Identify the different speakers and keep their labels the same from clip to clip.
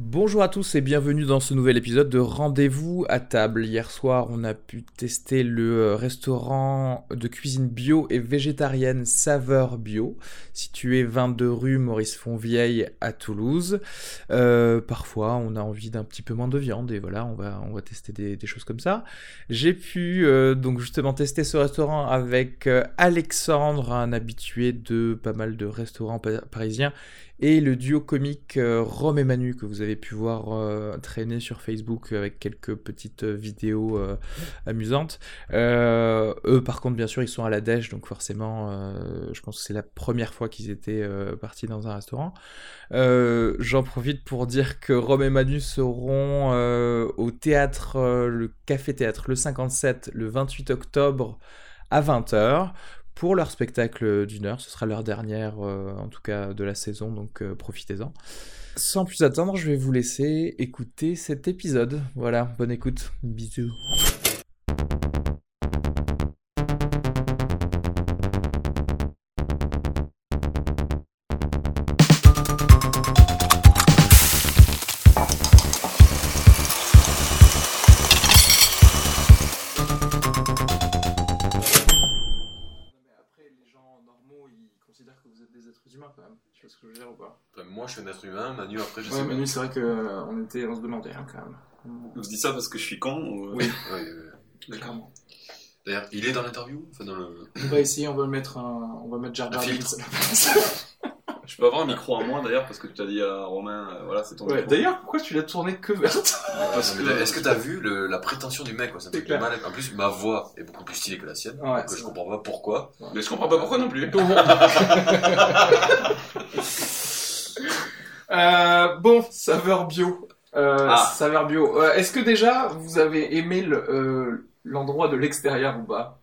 Speaker 1: Bonjour à tous et bienvenue dans ce nouvel épisode de Rendez-vous à table. Hier soir, on a pu tester le euh, restaurant de cuisine bio et végétarienne Saveur Bio, situé 22 rue Maurice Fontvieille à Toulouse. Euh, parfois, on a envie d'un petit peu moins de viande et voilà, on va, on va tester des, des choses comme ça. J'ai pu euh, donc justement tester ce restaurant avec euh, Alexandre, un habitué de pas mal de restaurants pa- parisiens et le duo comique euh, Rome et Manu que vous avez pu voir euh, traîner sur Facebook avec quelques petites euh, vidéos euh, amusantes. Euh, eux, par contre, bien sûr, ils sont à la dèche, donc forcément, euh, je pense que c'est la première fois qu'ils étaient euh, partis dans un restaurant. Euh, J'en profite pour dire que Rome et Manu seront euh, au théâtre, euh, le Café Théâtre, le 57, le 28 octobre à 20h pour leur spectacle d'une heure. Ce sera leur dernière, euh, en tout cas, de la saison, donc euh, profitez-en. Sans plus attendre, je vais vous laisser écouter cet épisode. Voilà, bonne écoute. Bisous. Après, les gens normaux, ils considèrent que vous êtes des êtres humains quand même. Je sais ce que je veux dire ou pas.
Speaker 2: Enfin, moi, je suis un être humain, Manu, après, je
Speaker 1: Ouais,
Speaker 2: sais
Speaker 1: Manu, c'est vrai qu'on était, on se demandait hein, quand même.
Speaker 3: On se dit ça parce que je suis con ou...
Speaker 1: Oui.
Speaker 2: pas. Ouais, ouais, ouais.
Speaker 1: Clairement.
Speaker 2: D'ailleurs, il est dans l'interview Enfin, dans le...
Speaker 1: On va essayer, on va mettre un, on va mettre Jar Jar
Speaker 2: Un filtre.
Speaker 1: Binks.
Speaker 3: Je peux avoir un micro en moins d'ailleurs parce que tu as dit à Romain, euh, voilà, c'est ton
Speaker 1: Ouais,
Speaker 3: micro. Euh,
Speaker 1: D'ailleurs, pourquoi tu l'as tourné que verte
Speaker 3: Parce
Speaker 2: Non, mais t'as- Est-ce que t'as vu le- la prétention du mec quoi C'est un
Speaker 1: C'est
Speaker 2: truc de
Speaker 1: clair.
Speaker 2: malade. En plus, ma voix est beaucoup plus stylée que la sienne.
Speaker 1: Ouais,
Speaker 2: donc
Speaker 1: c'est
Speaker 2: je comprends pas pourquoi.
Speaker 3: Mais je comprends pas pourquoi non plus.
Speaker 1: Euh, bon, saveur bio. Euh,
Speaker 3: Ah.
Speaker 1: Saveur bio. Euh, Est-ce que déjà vous avez aimé le, euh, l'endroit de l'extérieur ou pas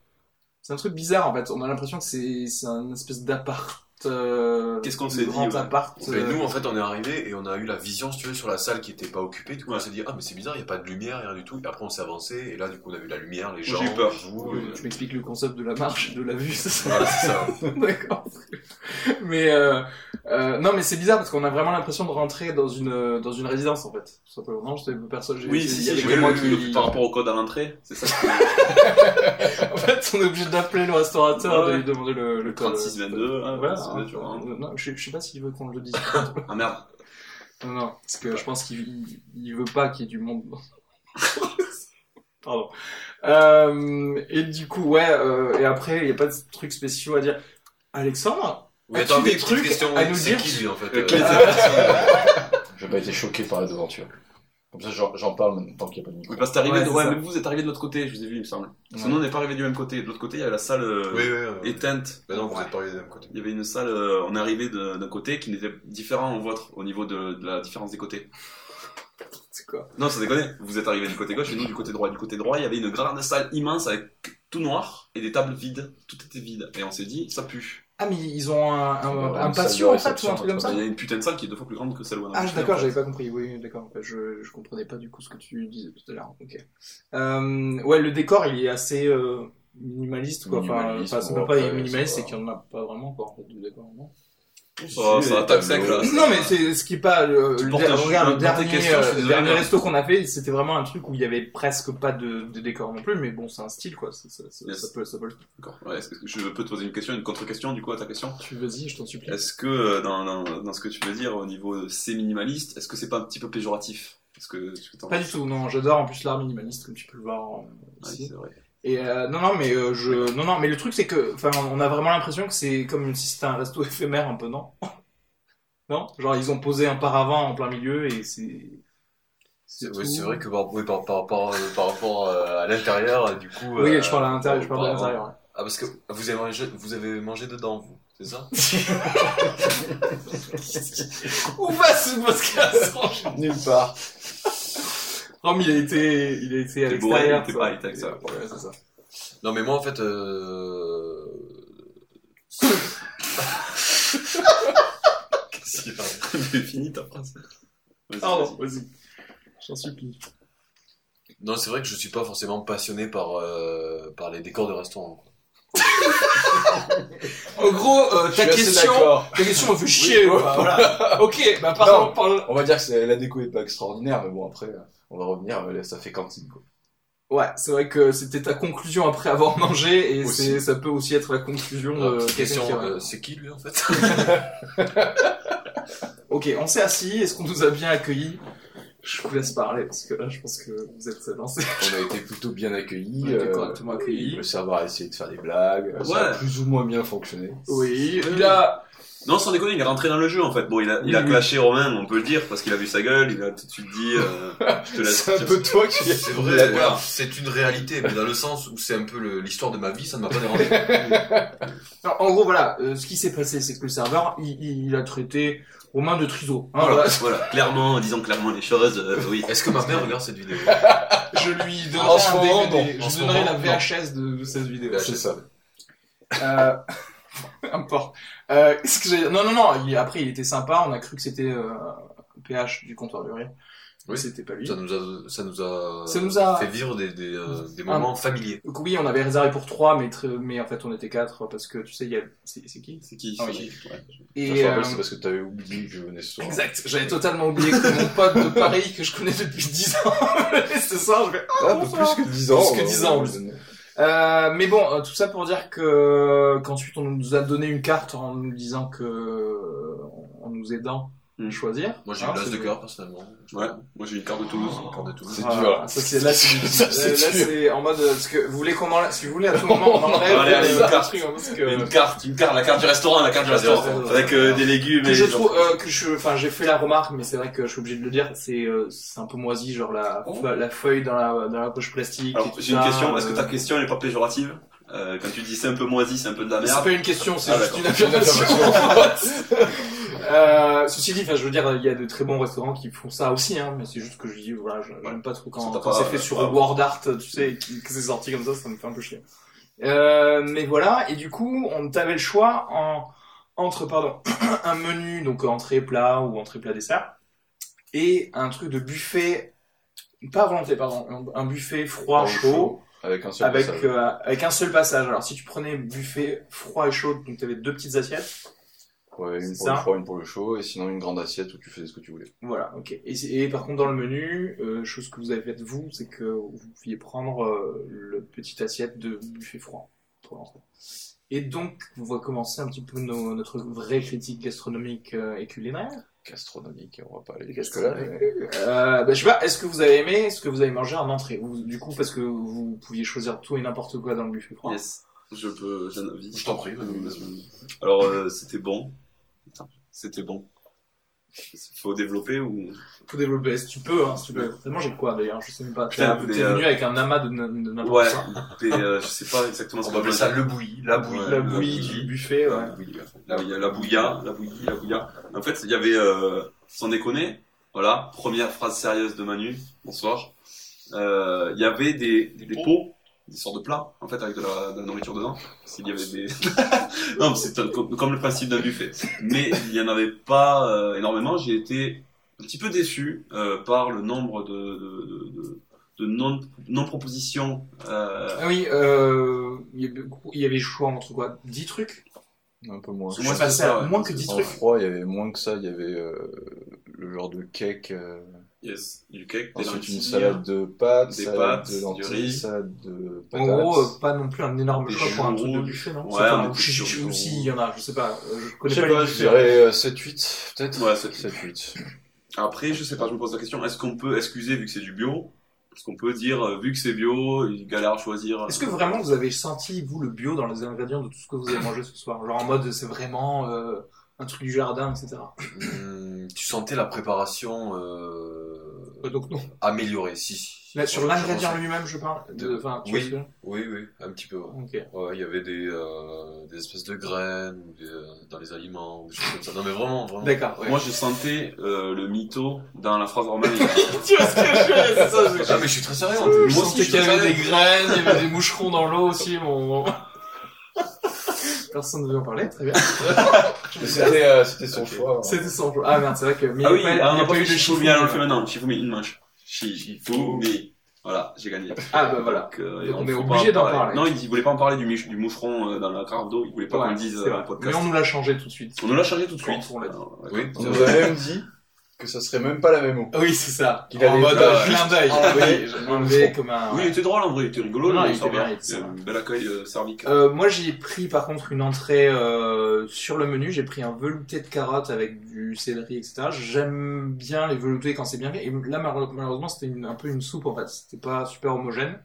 Speaker 1: C'est un truc bizarre en fait. On a l'impression que c'est c'est un espèce d'appart. euh,
Speaker 3: Qu'est-ce qu'on
Speaker 1: de
Speaker 3: s'est dit,
Speaker 1: Grand
Speaker 3: ouais.
Speaker 1: appart.
Speaker 2: Mais
Speaker 1: euh,
Speaker 2: nous, en fait, on est arrivé et on a eu la vision, si tu veux, sur la salle qui était pas occupée. Du coup, on
Speaker 3: Ouais.
Speaker 2: s'est dit, ah, mais c'est bizarre, il y a pas de lumière, y a rien du tout. Et après, on s'est avancé et là, du coup, on a vu la lumière, les gens.
Speaker 3: J'ai eu peur.
Speaker 2: les joues,
Speaker 3: Oui,
Speaker 2: euh,
Speaker 1: Tu m'expliques le concept de la marche, et de la vue. ça, ça-
Speaker 2: Voilà, c'est ça.
Speaker 1: D'accord. Mais euh, euh, non, mais c'est bizarre parce qu'on a vraiment l'impression de rentrer dans une euh, dans une résidence en fait. Tout simplement. Non, j'étais personne. j'ai-
Speaker 3: Oui,
Speaker 1: j'ai-
Speaker 3: si,
Speaker 1: j'ai-
Speaker 3: si,
Speaker 1: j'ai-
Speaker 3: oui,
Speaker 1: moi
Speaker 3: oui,
Speaker 1: qui-
Speaker 3: oui, par rapport au code à l'entrée, c'est ça.
Speaker 1: En fait, on est obligé d'appeler le restaurateur et
Speaker 3: Ah Ouais, ouais.
Speaker 1: de lui demander le, le code. Euh,
Speaker 3: 36 22, hein,
Speaker 1: Voilà.
Speaker 3: 36, tu vois, hein.
Speaker 1: Euh, non, je, je sais pas s'il veut qu'on le dise.
Speaker 3: Ah merde.
Speaker 1: non, non, parce que je pense qu'il il- il veut pas qu'il y ait du monde. Pardon. Euh, et du coup, ouais, euh, et après, il n'y a pas de trucs spéciaux à dire. Alexandre
Speaker 2: Oui,
Speaker 1: As-tu
Speaker 2: attends,
Speaker 1: des
Speaker 2: mais petite
Speaker 1: trucs
Speaker 2: question,
Speaker 1: à nous
Speaker 2: c'est
Speaker 1: dire
Speaker 2: qui lui, en fait
Speaker 3: Euh,
Speaker 2: euh,
Speaker 3: qui était-
Speaker 4: J'ai pas été choqué par la devanture. Comme ça, j'en j'en parle même tant qu'il n'y a pas de micro.
Speaker 3: Oui, parce que t'es arrivé
Speaker 1: Ouais,
Speaker 3: de-
Speaker 1: c'est
Speaker 3: ouais,
Speaker 1: ça.
Speaker 3: mais vous êtes arrivé de l'autre côté, je vous ai vu, il me semble. Parce que
Speaker 4: Ouais.
Speaker 3: nous, on n'est pas arrivé du même côté. De l'autre côté, il y avait la salle euh,
Speaker 2: Oui, oui, oui.
Speaker 3: éteinte.
Speaker 2: Bah non, vous
Speaker 3: Ouais.
Speaker 2: êtes pas arrivés du même côté.
Speaker 3: Il y avait une salle, euh, on est arrivé de- d'un côté qui n'était différent au vôtre au niveau de, de la différence des côtés.
Speaker 1: C'est quoi
Speaker 3: Non, sans déconner, vous êtes arrivé du côté gauche et nous du côté droit. Du côté droit, il y avait une grande salle immense avec tout noir et des tables vides. Tout était vide. Et on s'est dit, ça pue.
Speaker 1: Ah, mais ils ont un, un,
Speaker 4: Ouais,
Speaker 1: un
Speaker 4: une
Speaker 1: patio en
Speaker 4: salle de
Speaker 1: fait, ou un truc comme
Speaker 3: Enfin,
Speaker 1: ça
Speaker 3: Il y a une putain de salle qui est deux fois plus grande que celle où on a
Speaker 1: Ah,
Speaker 3: mangé,
Speaker 1: d'accord,
Speaker 3: en fait.
Speaker 1: j'avais pas compris. Oui, d'accord. en fait, Je, je comprenais pas du coup ce que tu disais tout à l'heure. Ok. Euh, ouais, le décor, il est assez euh, minimaliste, quoi. Enfin,
Speaker 4: Minimaliste,
Speaker 1: Enfin, c'est
Speaker 4: bon,
Speaker 1: même pas
Speaker 4: après,
Speaker 1: minimaliste,
Speaker 4: ça
Speaker 1: c'est
Speaker 4: va.
Speaker 1: qu'il y en a pas vraiment, quoi, en fait, du décor. non
Speaker 3: Ça,
Speaker 4: Si,
Speaker 3: Oh, ça
Speaker 4: les
Speaker 3: attaque
Speaker 4: tableaux.
Speaker 3: sec, là.
Speaker 1: Non, mais c'est ce qui est pas le,
Speaker 3: Ah, Tu
Speaker 1: le
Speaker 3: portes
Speaker 1: der-
Speaker 3: un-
Speaker 1: regarde, le
Speaker 3: dans tes
Speaker 1: dernier,
Speaker 3: questions, je suis
Speaker 1: euh,
Speaker 3: désolé,
Speaker 1: dernier
Speaker 3: mais-
Speaker 1: resto qu'on a fait, c'était vraiment un truc où il y avait presque pas de, de décor non plus, mais bon, c'est un style, quoi. Ça, ça, ça-
Speaker 3: Yes.
Speaker 1: ça peut, ça peut le-
Speaker 3: D'accord. Ouais, est-ce que je peux te poser une question, une contre-question du coup à ta question
Speaker 1: Tu vas-y, je t'en supplie.
Speaker 3: Est-ce que euh, dans, dans- dans ce que tu veux dire au niveau de c'est minimaliste, est-ce que c'est pas un petit peu péjoratif Est-ce que est-ce que t'en
Speaker 1: Pas du tout, non. J'adore en plus l'art minimaliste, comme tu peux le voir euh,
Speaker 3: Ouais,
Speaker 1: ici.
Speaker 3: c'est vrai.
Speaker 1: Et euh, non, non, mais euh, je, non, non, mais le truc c'est que, enfin, on a vraiment l'impression que c'est comme si c'était un resto éphémère un peu, non Non, genre ils ont posé un paravent en plein milieu et c'est.
Speaker 2: C'est
Speaker 1: tout.
Speaker 2: oui, c'est vrai que par, oui, par, par, par, euh, par rapport euh, à l'intérieur, euh, du coup.
Speaker 1: Oui,
Speaker 2: euh,
Speaker 1: je parle à l'intérieur, je parle à
Speaker 2: par-
Speaker 1: l'intérieur. ouais.
Speaker 2: Ah, parce que vous avez mangé, vous avez mangé dedans, vous, c'est ça
Speaker 1: Où va ce podcast
Speaker 4: Nulle part.
Speaker 1: Rome, il a été, il a été à
Speaker 3: T'es bourré,
Speaker 1: l'extérieur.
Speaker 3: t'es
Speaker 1: ça.
Speaker 3: pas à l'extérieur.
Speaker 1: Ouais, c'est ça.
Speaker 2: Non, mais moi, en fait. Euh... Qu'est-ce qu'il y a
Speaker 3: Mais Finis ta phrase. Vas-y,
Speaker 1: Pardon,
Speaker 3: vas-y.
Speaker 1: vas-y. J'en supplie.
Speaker 2: Non, c'est vrai que je suis pas forcément passionné par, euh, par les décors de restaurants. quoi.
Speaker 1: En gros, euh,
Speaker 4: Je
Speaker 1: ta
Speaker 4: suis assez
Speaker 1: question,
Speaker 4: d'accord.
Speaker 1: ta question me fait chier.
Speaker 4: Oui.
Speaker 1: quoi, voilà. Ok, bah
Speaker 4: Non.
Speaker 1: parlons, parlons.
Speaker 4: On va dire que c'est- la déco est pas extraordinaire, mais bon, après, euh, on va revenir, euh, là, ça fait cantine, quoi.
Speaker 1: Ouais, c'est vrai que c'était ta conclusion après avoir mangé, et
Speaker 4: Aussi.
Speaker 1: c'est, ça peut aussi être la conclusion de
Speaker 2: Petite
Speaker 1: quelqu'un qui
Speaker 2: question,
Speaker 1: a-
Speaker 2: euh, c'est qui lui en fait
Speaker 1: Ok, on s'est assis, est-ce qu'on nous a bien accueillis Je vous laisse parler, parce que là, je pense que vous êtes lancés.
Speaker 4: On a été plutôt bien
Speaker 1: On
Speaker 4: accueillis.
Speaker 1: a été
Speaker 4: euh,
Speaker 1: correctement accueillis.
Speaker 4: Le serveur a essayé de faire des blagues, euh, ça a
Speaker 3: Ouais.
Speaker 4: plus ou moins bien fonctionné.
Speaker 1: Oui, il a...
Speaker 3: Non, sans déconner, il est rentré dans le jeu en fait. Bon, il a, il a
Speaker 1: Oui, oui.
Speaker 3: clashé Romain, on peut le dire, parce qu'il a vu sa gueule, il a tout de suite dit euh, Je te laisse.
Speaker 4: C'est un peu toi qui
Speaker 2: C'est vrai,
Speaker 4: La
Speaker 2: voilà, c'est une réalité, mais dans le sens où c'est un peu le- l'histoire de ma vie, ça ne m'a pas dérangé.
Speaker 1: Non, en gros, voilà, euh, ce qui s'est passé, c'est que le serveur, il, il- il a traité Romain de triso. Hein,
Speaker 3: Voilà,
Speaker 1: voilà.
Speaker 3: voilà, clairement, en disant clairement les choses, euh, oui.
Speaker 2: Est-ce que ma mère regarde cette vidéo
Speaker 1: Je lui
Speaker 4: En
Speaker 1: donnerai,
Speaker 4: ce
Speaker 1: un
Speaker 4: moment,
Speaker 1: DVD,
Speaker 4: non.
Speaker 1: je
Speaker 2: En
Speaker 1: lui
Speaker 2: ce
Speaker 1: donnerai
Speaker 2: moment,
Speaker 1: la VHS de, de cette vidéo.
Speaker 4: C'est ça.
Speaker 1: Euh, Importe. Euh, ce que j'ai- non, non, non, il- après, il était sympa, on a cru que c'était euh, PH du comptoir du rire.
Speaker 2: Oui.
Speaker 1: C'était pas lui.
Speaker 2: ça nous, a, ça, nous a
Speaker 1: Ça nous a- Ah.
Speaker 2: fait vivre des, des, euh, des moments familiers.
Speaker 1: Donc oui, on avait réservé pour trois, mais, très- mais en fait on était quatre parce que tu sais, il y a... C'est c'est qui
Speaker 3: C'est qui
Speaker 1: Ah
Speaker 3: c'est
Speaker 1: oui.
Speaker 3: qui Ouais.
Speaker 4: Je
Speaker 1: Et,
Speaker 4: te
Speaker 1: euh,
Speaker 4: rappelle, c'est parce que t'avais oublié que je venais ce soir.
Speaker 1: Exact, j'avais totalement oublié que mon pote de Paris que je connais depuis 10 ans, et ce soir je vais...
Speaker 4: Ah, un peu plus que 10 ans.
Speaker 1: Plus que 10
Speaker 4: euh,
Speaker 1: ans,
Speaker 4: on
Speaker 1: oui.
Speaker 4: va donner.
Speaker 1: Euh, mais bon, euh, tout ça pour dire que qu'ensuite on nous a donné une carte en nous disant que... en nous aidant à
Speaker 3: Mm.
Speaker 1: choisir.
Speaker 2: Hmm. Moi j'ai
Speaker 1: Hein,
Speaker 2: eu l'as
Speaker 1: c'est-
Speaker 2: de cœur personnellement.
Speaker 3: Ouais, moi j'ai une carte de Toulouse.
Speaker 2: Encore de Toulouse.
Speaker 4: C'est
Speaker 1: Ah,
Speaker 4: dur.
Speaker 1: Ça c'est là, c'est du-
Speaker 4: Ça,
Speaker 1: là,
Speaker 4: c'est
Speaker 1: là,
Speaker 4: dur.
Speaker 1: c'est en mode euh, parce que vous voulez qu'on enlève, si vous voulez à tout moment on enlève.
Speaker 3: Allez, allez,
Speaker 1: euh,
Speaker 3: une
Speaker 1: ça,
Speaker 3: carte.
Speaker 1: truc, hein, parce que-
Speaker 3: Mais Une carte, une carte, la carte du restaurant, la carte du restaurant. Avec euh, des légumes
Speaker 1: que
Speaker 3: et
Speaker 1: je
Speaker 3: des-
Speaker 1: trouve euh, que je enfin j'ai fait la remarque mais c'est vrai que je suis obligé de le dire c'est euh, c'est un peu moisi genre la
Speaker 3: Oh.
Speaker 1: la feuille dans la dans la poche plastique et
Speaker 3: Alors,
Speaker 1: tout
Speaker 3: j'ai une
Speaker 1: ça,
Speaker 3: question, est-ce que
Speaker 1: euh,
Speaker 3: ta question n'est pas péjorative Euh, Quand tu dis c'est un peu moisi, c'est un peu de la
Speaker 1: c'est
Speaker 3: merde.
Speaker 1: pas une question c'est
Speaker 3: Ah,
Speaker 1: juste une
Speaker 4: C'est une
Speaker 1: affirmation euh, ceci dit enfin je veux dire il y a de très bons restaurants qui font ça aussi hein mais c'est juste que je dis voilà je- j'aime pas trop
Speaker 3: Ça
Speaker 1: quand,
Speaker 3: t'a
Speaker 1: quand
Speaker 3: pas-
Speaker 1: c'est fait sur
Speaker 3: pas-
Speaker 1: word art tu sais et qui- que c'est sorti comme ça ça me fait un peu chier euh, mais voilà et du coup on t'avait le choix en entre pardon un menu donc entrée plat ou entrée plat dessert et un truc de buffet pas à volonté pardon un buffet froid
Speaker 4: Froid ou
Speaker 1: chaud
Speaker 3: hein.
Speaker 4: chaud, Avec un seul
Speaker 1: avec
Speaker 4: passage.
Speaker 1: euh, avec un seul passage alors si tu prenais buffet froid et chaud donc t'avais deux petites assiettes
Speaker 4: Ouais, une
Speaker 1: c'est
Speaker 4: pour
Speaker 1: ça.
Speaker 4: le froid, une pour le chaud, et sinon une grande assiette où tu faisais ce que tu voulais.
Speaker 1: voilà ok et, c'est- et par contre dans le menu euh, chose que vous avez faite vous c'est que vous pouviez prendre euh, le petite assiette de buffet froid pour l'entrée et donc on va commencer un petit peu nos- notre vraie critique gastronomique euh, et culinaire
Speaker 4: Gastronomique, on va pas aller
Speaker 1: Les
Speaker 4: jusque-là.
Speaker 1: gastronomiques.
Speaker 4: mais-
Speaker 1: Euh, bah, je sais pas, est-ce que vous avez aimé ce que vous avez mangé en entrée Ou, Du coup, parce que vous pouviez choisir tout et n'importe quoi dans le buffet froid.
Speaker 3: Yes, je peux, j'ai un avis.
Speaker 2: Je t'en prie, vas-y,
Speaker 3: Alors, euh, c'était bon. Putain, C'était bon. Faut développer ou.
Speaker 1: Faut développer, si tu peux, hein, si tu peux. T'as mangé quoi d'ailleurs Je sais même pas. T'es
Speaker 3: Putain,
Speaker 1: t'es
Speaker 3: mais, euh,
Speaker 1: venu avec un amas de, n- de n'importe
Speaker 3: Ouais,
Speaker 1: quoi.
Speaker 3: mais euh, je sais pas exactement ce
Speaker 2: On
Speaker 3: qu'on
Speaker 2: va appeler
Speaker 3: appelle
Speaker 2: ça le bouilli, la bouillie.
Speaker 3: Ouais,
Speaker 1: La bouillie du buffet, ouais.
Speaker 3: La, bouilla- la bouilla, la bouillie, la bouilla. En fait, il y avait, euh, sans déconner, voilà, première phrase sérieuse de Manu, bonsoir. Euh, Il y avait des, des, des pots, des sortes de plats, en fait, avec de la, de la nourriture dedans. S'il y avait des. non, mais c'est un- comme, comme le principe d'un buffet. Mais il n'y en avait pas euh, énormément. J'ai été un petit peu déçu euh, par le nombre de, de, de, de- de non, non-propositions. euh,
Speaker 1: Ah oui, euh, il y avait- il y avait le choix entre quoi 10 trucs
Speaker 4: Un peu moins.
Speaker 3: Moi,
Speaker 1: Je suis
Speaker 3: c'est
Speaker 1: passé
Speaker 3: ça,
Speaker 1: à
Speaker 3: ouais.
Speaker 1: moins que 10
Speaker 4: En
Speaker 1: trucs.
Speaker 4: froid, il y avait moins que ça, il y avait euh, le genre de cake, euh,
Speaker 3: yes, du cake, des
Speaker 4: ensuite une
Speaker 3: lentilles.
Speaker 4: salade de pâtes,
Speaker 3: des
Speaker 4: salade
Speaker 3: pâtes,
Speaker 4: de
Speaker 3: du
Speaker 4: lentilles,
Speaker 3: riz.
Speaker 4: salade de
Speaker 1: En
Speaker 4: patates.
Speaker 1: gros, euh, pas non plus un énorme
Speaker 3: Des
Speaker 1: choix pour un truc de
Speaker 3: choux
Speaker 1: buffet, non
Speaker 3: rouges.
Speaker 1: C'est
Speaker 3: Ouais,
Speaker 1: pas
Speaker 3: on
Speaker 1: un-
Speaker 3: était
Speaker 1: je sais-
Speaker 3: sur
Speaker 1: je-
Speaker 3: du-
Speaker 1: ou si, il y en a, je sais pas. euh, Je
Speaker 3: Je
Speaker 1: connais
Speaker 3: sais
Speaker 1: pas,
Speaker 3: pas,
Speaker 1: les
Speaker 3: je
Speaker 4: Je
Speaker 1: buffets.
Speaker 4: dirais euh, 7-8, peut-être
Speaker 3: Ouais, c'est-
Speaker 4: 7-8.
Speaker 3: Après, je sais pas, je me pose la question, est-ce qu'on peut excuser, vu que c'est du bio, est-ce qu'on peut dire, euh, vu que c'est bio, il galère à choisir
Speaker 1: Est-ce que vraiment vous avez senti, vous, le bio dans les ingrédients de tout ce que vous avez mangé ce soir Genre en mode c'est vraiment euh, un truc du jardin, etc.
Speaker 2: Hum, tu sentais la préparation euh,
Speaker 1: Ouais, donc non.
Speaker 2: améliorée, si. si.
Speaker 1: Là, sur
Speaker 2: Moi, je
Speaker 1: l'ingrédient
Speaker 2: pense-
Speaker 1: lui-même, je parle. De...
Speaker 2: De-
Speaker 1: Enfin, tu
Speaker 2: Oui.
Speaker 1: vois ce que
Speaker 2: Oui, oui, un petit peu. ouais.
Speaker 1: je veux dire
Speaker 2: Ouais, il y avait des, euh, des espèces de graines ou des, euh, dans les aliments, ou des choses comme ça. Non, mais vraiment,
Speaker 1: Ok.
Speaker 2: vraiment.
Speaker 1: D'accord. ouais.
Speaker 3: Moi, je sentais euh, le mytho dans la phrase romaine.
Speaker 1: tu vois ce que je veux dire, c'est ça, je-
Speaker 2: Ah, mais je suis très sérieux. en
Speaker 1: Je
Speaker 2: plus. Moi
Speaker 1: sentais
Speaker 2: aussi, je
Speaker 1: qu'il y
Speaker 2: suis
Speaker 1: avait
Speaker 2: très
Speaker 1: des
Speaker 2: sérieux.
Speaker 1: graines, il y avait des moucherons dans l'eau aussi, mon. mon- Personne ne veut en parler, très bien.
Speaker 4: Mais C'était euh, c'était son
Speaker 3: Ok.
Speaker 4: choix. hein.
Speaker 1: C'était sans Ah merde, c'est vrai que. Mais
Speaker 3: Ah
Speaker 1: il
Speaker 3: oui,
Speaker 1: y a
Speaker 3: ah, on
Speaker 1: il y
Speaker 3: n'a pas
Speaker 1: eu
Speaker 3: fait
Speaker 1: de
Speaker 3: Shifumi,
Speaker 1: chiffon,
Speaker 3: alors on le fait
Speaker 1: ouais.
Speaker 3: maintenant. Shifumi, une manche. Shifumi. Voilà, j'ai gagné.
Speaker 1: Ah bah voilà.
Speaker 3: Donc,
Speaker 1: Donc
Speaker 3: euh, et
Speaker 1: on est
Speaker 3: faut
Speaker 1: obligé
Speaker 3: pas en
Speaker 1: d'en parler.
Speaker 3: Non, il, il voulait pas en parler du, mich- du moucheron euh, dans la carafe d'eau. Il voulait pas qu'on
Speaker 1: Ouais,
Speaker 3: le dise
Speaker 1: c'est
Speaker 3: euh,
Speaker 1: vrai.
Speaker 3: dans le
Speaker 1: Mais
Speaker 3: podcast.
Speaker 1: on nous l'a changé tout de suite.
Speaker 3: On nous l'a changé tout de suite.
Speaker 1: On l'a dit.
Speaker 3: Alors,
Speaker 4: Oui,
Speaker 3: d'accord.
Speaker 4: on nous a même dit que ça serait même pas la même eau.
Speaker 1: Oui, c'est ça.
Speaker 4: Qu'il allait-
Speaker 3: Ah,
Speaker 1: euh, clin d'œil.
Speaker 4: Ah,
Speaker 1: Oui,
Speaker 4: oui.
Speaker 1: je l'ai enlevé comme un.
Speaker 3: Oui, il était drôle en vrai, il était rigolo.
Speaker 1: Non, il
Speaker 3: le
Speaker 1: était
Speaker 3: serveur.
Speaker 1: bien, il était
Speaker 3: Il y a un bel accueil euh, servi.
Speaker 1: Euh, moi, j'ai pris par contre une entrée euh, sur le menu. J'ai pris un velouté de carottes avec du céleri, etc. J'aime bien les veloutés quand c'est bien fait. Et là, mal- malheureusement, c'était une- un peu une soupe en fait. C'était pas super homogène.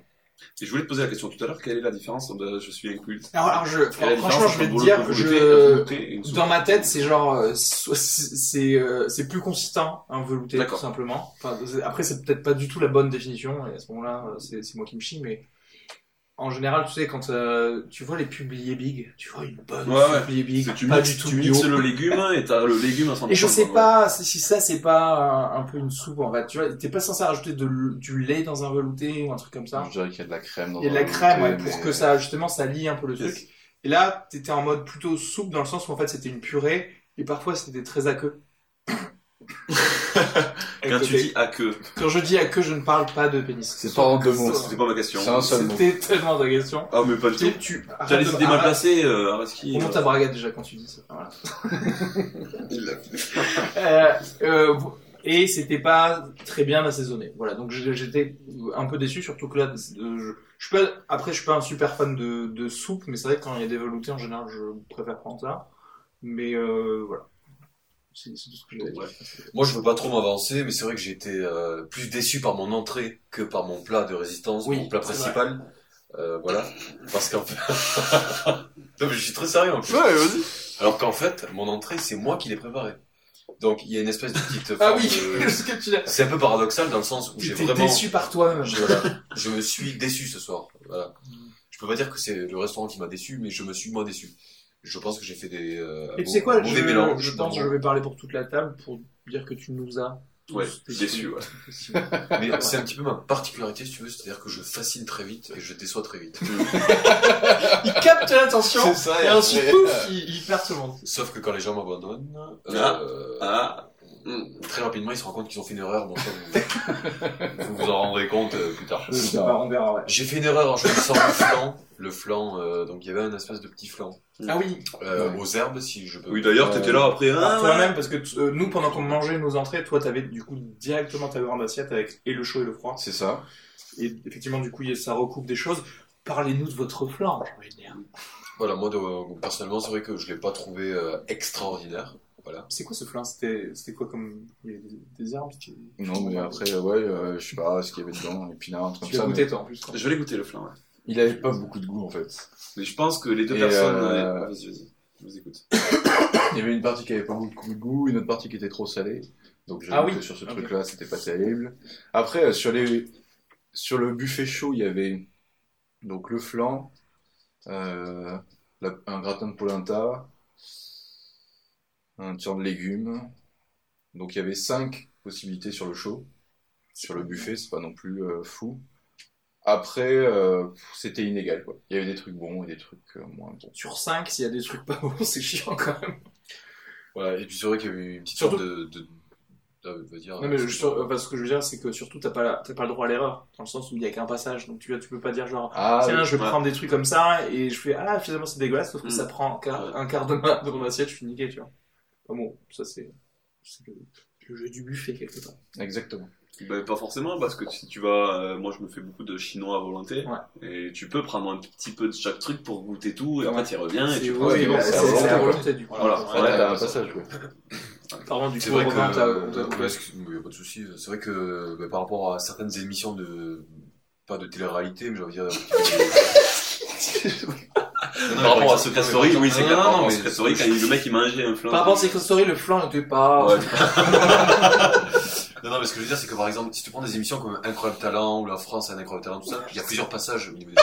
Speaker 3: Et je voulais te poser la question tout à l'heure, quelle est la différence Ben, Je suis inculte.
Speaker 1: Alors, alors, je,
Speaker 3: Quelle est la
Speaker 1: franchement,
Speaker 3: différence
Speaker 1: je vais
Speaker 3: entre
Speaker 1: te
Speaker 3: un
Speaker 1: dire,
Speaker 3: boulot- un
Speaker 1: je,
Speaker 3: velouté et une soupe
Speaker 1: dans ma tête, c'est genre, euh, so- c'est c'est, euh, c'est plus consistant un velouté, tout
Speaker 3: D'accord.
Speaker 1: simplement. Enfin, c'est- après, c'est peut-être pas du tout la bonne définition. Et à ce moment-là, euh, c'est c'est moi qui me chie, mais. En général, tu sais, quand euh, tu vois les pubs Liebig, tu vois une bonne
Speaker 3: Ouais, ouais.
Speaker 1: soupe Liebig,
Speaker 3: C'est- tu
Speaker 1: pas
Speaker 3: mixes,
Speaker 1: du tout
Speaker 3: tu
Speaker 1: bio.
Speaker 3: mixes le légume et t'as le légume à 100%.
Speaker 1: Et je sais
Speaker 3: quoi.
Speaker 1: pas si si ça c'est pas un, un peu une soupe en fait. Tu vois, t'es pas censé rajouter de, l- du lait dans un velouté ou un truc comme ça.
Speaker 4: Je dirais qu'il y a de la crème dans
Speaker 1: Il y a de
Speaker 4: un
Speaker 1: la crème ouais,
Speaker 4: velouté,
Speaker 1: pour
Speaker 4: mais-
Speaker 1: que ça justement ça lie un peu le
Speaker 3: Yes.
Speaker 1: truc. Et là, t'étais en mode plutôt soupe dans le sens où en fait c'était une purée et parfois c'était très aqueux.
Speaker 3: Quand tu dis à que,
Speaker 1: Quand je dis aqueux, je ne parle pas de pénis.
Speaker 4: C'est pas en deux mots.
Speaker 3: c'était pas ma question.
Speaker 4: C'est un seul mot.
Speaker 1: C'était tellement ta question.
Speaker 3: Ah, mais pas du tout.
Speaker 1: Tu, tu
Speaker 3: T'as
Speaker 1: arrête
Speaker 3: les
Speaker 1: de-
Speaker 3: idées mal
Speaker 1: arrête.
Speaker 3: placées, euh, Araski.
Speaker 1: Remonte ta braguette déjà quand tu dis ça. Voilà.
Speaker 4: Il l'a
Speaker 1: Euh, euh, et c'était pas très bien assaisonné. Voilà, donc j'ai- j'étais un peu déçu, surtout que là, de- je, je suis pas, après, je suis pas un super fan de, de soupe, mais c'est vrai que quand il y a des veloutés, en général, je préfère prendre ça. Mais euh, voilà. C'est c'est tout ce que j'avais à dire.
Speaker 3: Ouais.
Speaker 4: Moi,
Speaker 2: Moi, je veux pas trop m'avancer, mais c'est vrai que j'ai été euh, plus déçu par mon entrée que par mon plat de résistance,
Speaker 1: Oui,
Speaker 2: mon plat
Speaker 1: c'est
Speaker 2: principal. Euh, voilà. Parce qu'en fait. non, mais je suis très sérieux en plus.
Speaker 4: vas-y.
Speaker 2: Alors qu'en fait, mon entrée, c'est moi qui l'ai préparée. Donc, il y a une espèce de petite.
Speaker 1: Ah
Speaker 2: forme
Speaker 1: oui,
Speaker 2: de-
Speaker 1: ce que tu as.
Speaker 2: C'est un peu paradoxal dans le sens où
Speaker 1: Tu
Speaker 2: j'ai
Speaker 1: étais
Speaker 2: vraiment.
Speaker 1: déçu par toi-même.
Speaker 2: Je, voilà, je me suis déçu ce soir. Voilà. Je peux pas dire que c'est le restaurant qui m'a déçu, mais je me suis moi déçu. Je pense que j'ai fait des. euh,
Speaker 1: Et tu
Speaker 2: un
Speaker 1: sais quoi, je,
Speaker 2: mauvais mélange
Speaker 1: je pense
Speaker 2: dans-
Speaker 1: que je vais parler pour toute la table pour dire que tu nous as. tous
Speaker 3: Ouais, déçus, ouais.
Speaker 1: déçus.
Speaker 2: Mais c'est un petit peu ma particularité, si tu veux, c'est-à-dire que je fascine très vite et je déçois très vite.
Speaker 1: Il capte l'attention,
Speaker 4: C'est ça,
Speaker 1: et
Speaker 4: et
Speaker 1: ensuite,
Speaker 4: après- euh,
Speaker 1: pouf, il, il perd tout le monde.
Speaker 2: Sauf que quand les gens m'abandonnent, euh, hmm,
Speaker 3: Ah. Ah.
Speaker 2: très rapidement ils se rendent compte qu'ils ont fait une erreur. Bon, ça, vous, vous vous en rendrez compte euh, plus tard.
Speaker 1: Je sais pas, on verra, ouais.
Speaker 2: J'ai fait une erreur hein, en choisissant le flan. Le flan, euh, donc il y avait un espèce de petit flan
Speaker 1: Ah oui,
Speaker 2: euh,
Speaker 4: Ouais.
Speaker 2: aux herbes, si je peux.
Speaker 3: Oui,
Speaker 4: Euh,
Speaker 3: d'ailleurs, t'étais là après.
Speaker 1: Par
Speaker 3: Ah,
Speaker 1: toi-même, parce que t- euh, nous, pendant qu'on mangeait nos entrées, toi, t'avais du coup directement ta grande assiette avec et le chaud et le froid.
Speaker 4: C'est ça.
Speaker 1: Et effectivement, du coup, y- ça recoupe des choses. Parlez-nous de votre flanc, j'ai envie de dire.
Speaker 2: Voilà, moi de- personnellement, c'est vrai que je l'ai pas trouvé euh, extraordinaire. Voilà.
Speaker 1: C'est quoi ce flanc C'était c'était quoi comme. Il y avait des, des herbes qui-
Speaker 4: Non, mais après, ouais, euh, je sais pas ce qu'il y avait dedans, les pinards, un truc
Speaker 1: Tu
Speaker 4: comme
Speaker 1: l'as goûté,
Speaker 4: ça. mais
Speaker 1: toi, en plus.
Speaker 3: Je l'ai goûté le flan, ouais.
Speaker 4: Il avait pas beaucoup de goût en fait.
Speaker 3: Mais je pense que les deux
Speaker 4: Et,
Speaker 3: personnes.
Speaker 4: euh,
Speaker 3: ouais, Vas-y, vas-y. Je vous écoute.
Speaker 4: Il y avait une partie qui avait pas beaucoup de goût, une autre partie qui était trop salée. Donc j'avoue
Speaker 1: Ah oui.
Speaker 4: que sur ce
Speaker 1: Ok.
Speaker 4: truc-là, c'était pas terrible. Après, euh, sur, les... sur le buffet chaud, il y avait donc le flan, euh, la- un gratin de polenta, un tiers de légumes. Donc il y avait cinq possibilités sur le chaud. Sur le buffet, c'est pas non plus euh, fou. Après, euh, pff, c'était inégal. Quoi. Il y avait des trucs bons et des trucs euh, moins bons.
Speaker 1: Sur 5, s'il y a des trucs pas bons, c'est chiant quand même.
Speaker 2: Voilà. Et puis c'est vrai qu'il y avait une petite
Speaker 1: Surtout-
Speaker 2: sorte de. de... de- de dire,
Speaker 1: Non, mais je- sur- euh, enfin, ce que je veux dire, c'est que surtout, t'as pas, la- t'as pas le droit à l'erreur. Dans le sens où il y a qu'un passage. Donc, tu, vois, tu peux pas dire genre.
Speaker 4: Ah,
Speaker 1: Tiens, je vais
Speaker 3: ouais.
Speaker 1: prendre des trucs comme ça et je fais ah finalement c'est dégueulasse sauf que
Speaker 3: Mm.
Speaker 1: ça prend un quart,
Speaker 3: Ouais.
Speaker 1: un quart de ma de mon assiette, je suis niqué, tu vois. Enfin bon, ça c'est c'est le, le jeu du buffet quelque part.
Speaker 4: exactement.
Speaker 3: Ben, pas forcément, parce que si tu vas, euh, moi je me fais beaucoup de chinois à volonté,
Speaker 1: Ouais.
Speaker 3: et tu peux prendre un petit peu de chaque truc pour goûter tout, et après tu reviens, et
Speaker 1: C'est
Speaker 3: tu
Speaker 1: oui,
Speaker 3: prends ce qui
Speaker 1: oui,
Speaker 4: bon,
Speaker 1: bah,
Speaker 3: manque.
Speaker 1: c'est
Speaker 4: c'est
Speaker 1: c'est
Speaker 4: bon,
Speaker 1: la
Speaker 4: quoi.
Speaker 1: volonté du coup.
Speaker 3: Voilà,
Speaker 1: Ouais.
Speaker 3: voilà.
Speaker 4: Ouais, t'as un
Speaker 3: ça-
Speaker 4: passage, quoi.
Speaker 1: Pardon, du
Speaker 2: C'est
Speaker 1: coup,
Speaker 2: vrai que.
Speaker 1: Romain, t'as-
Speaker 2: euh,
Speaker 1: t'as-
Speaker 2: ouais, excuse- mais y a pas de souci. C'est vrai que bah, par rapport à certaines émissions de. Pas de télé-réalité, mais j'ai envie de dire. Non, non,
Speaker 3: Par rapport à
Speaker 2: exemple, non, mais
Speaker 3: Secret Story,
Speaker 2: par
Speaker 3: oui,
Speaker 2: exemple-
Speaker 3: c'est
Speaker 2: non,
Speaker 3: clair.
Speaker 2: non, non,
Speaker 3: Par rapport à
Speaker 2: mais
Speaker 3: Secret Story, quand il- le mec il mangeait un flan.
Speaker 1: Par rapport à Secret Story, le flan n'était pas. Ah,
Speaker 3: Ouais.
Speaker 2: Non, non, mais ce que je veux dire, c'est que par exemple, si tu prends des émissions comme Incroyable Talent ou La France a un incroyable talent, tout ça, il y a plusieurs passages au niveau des.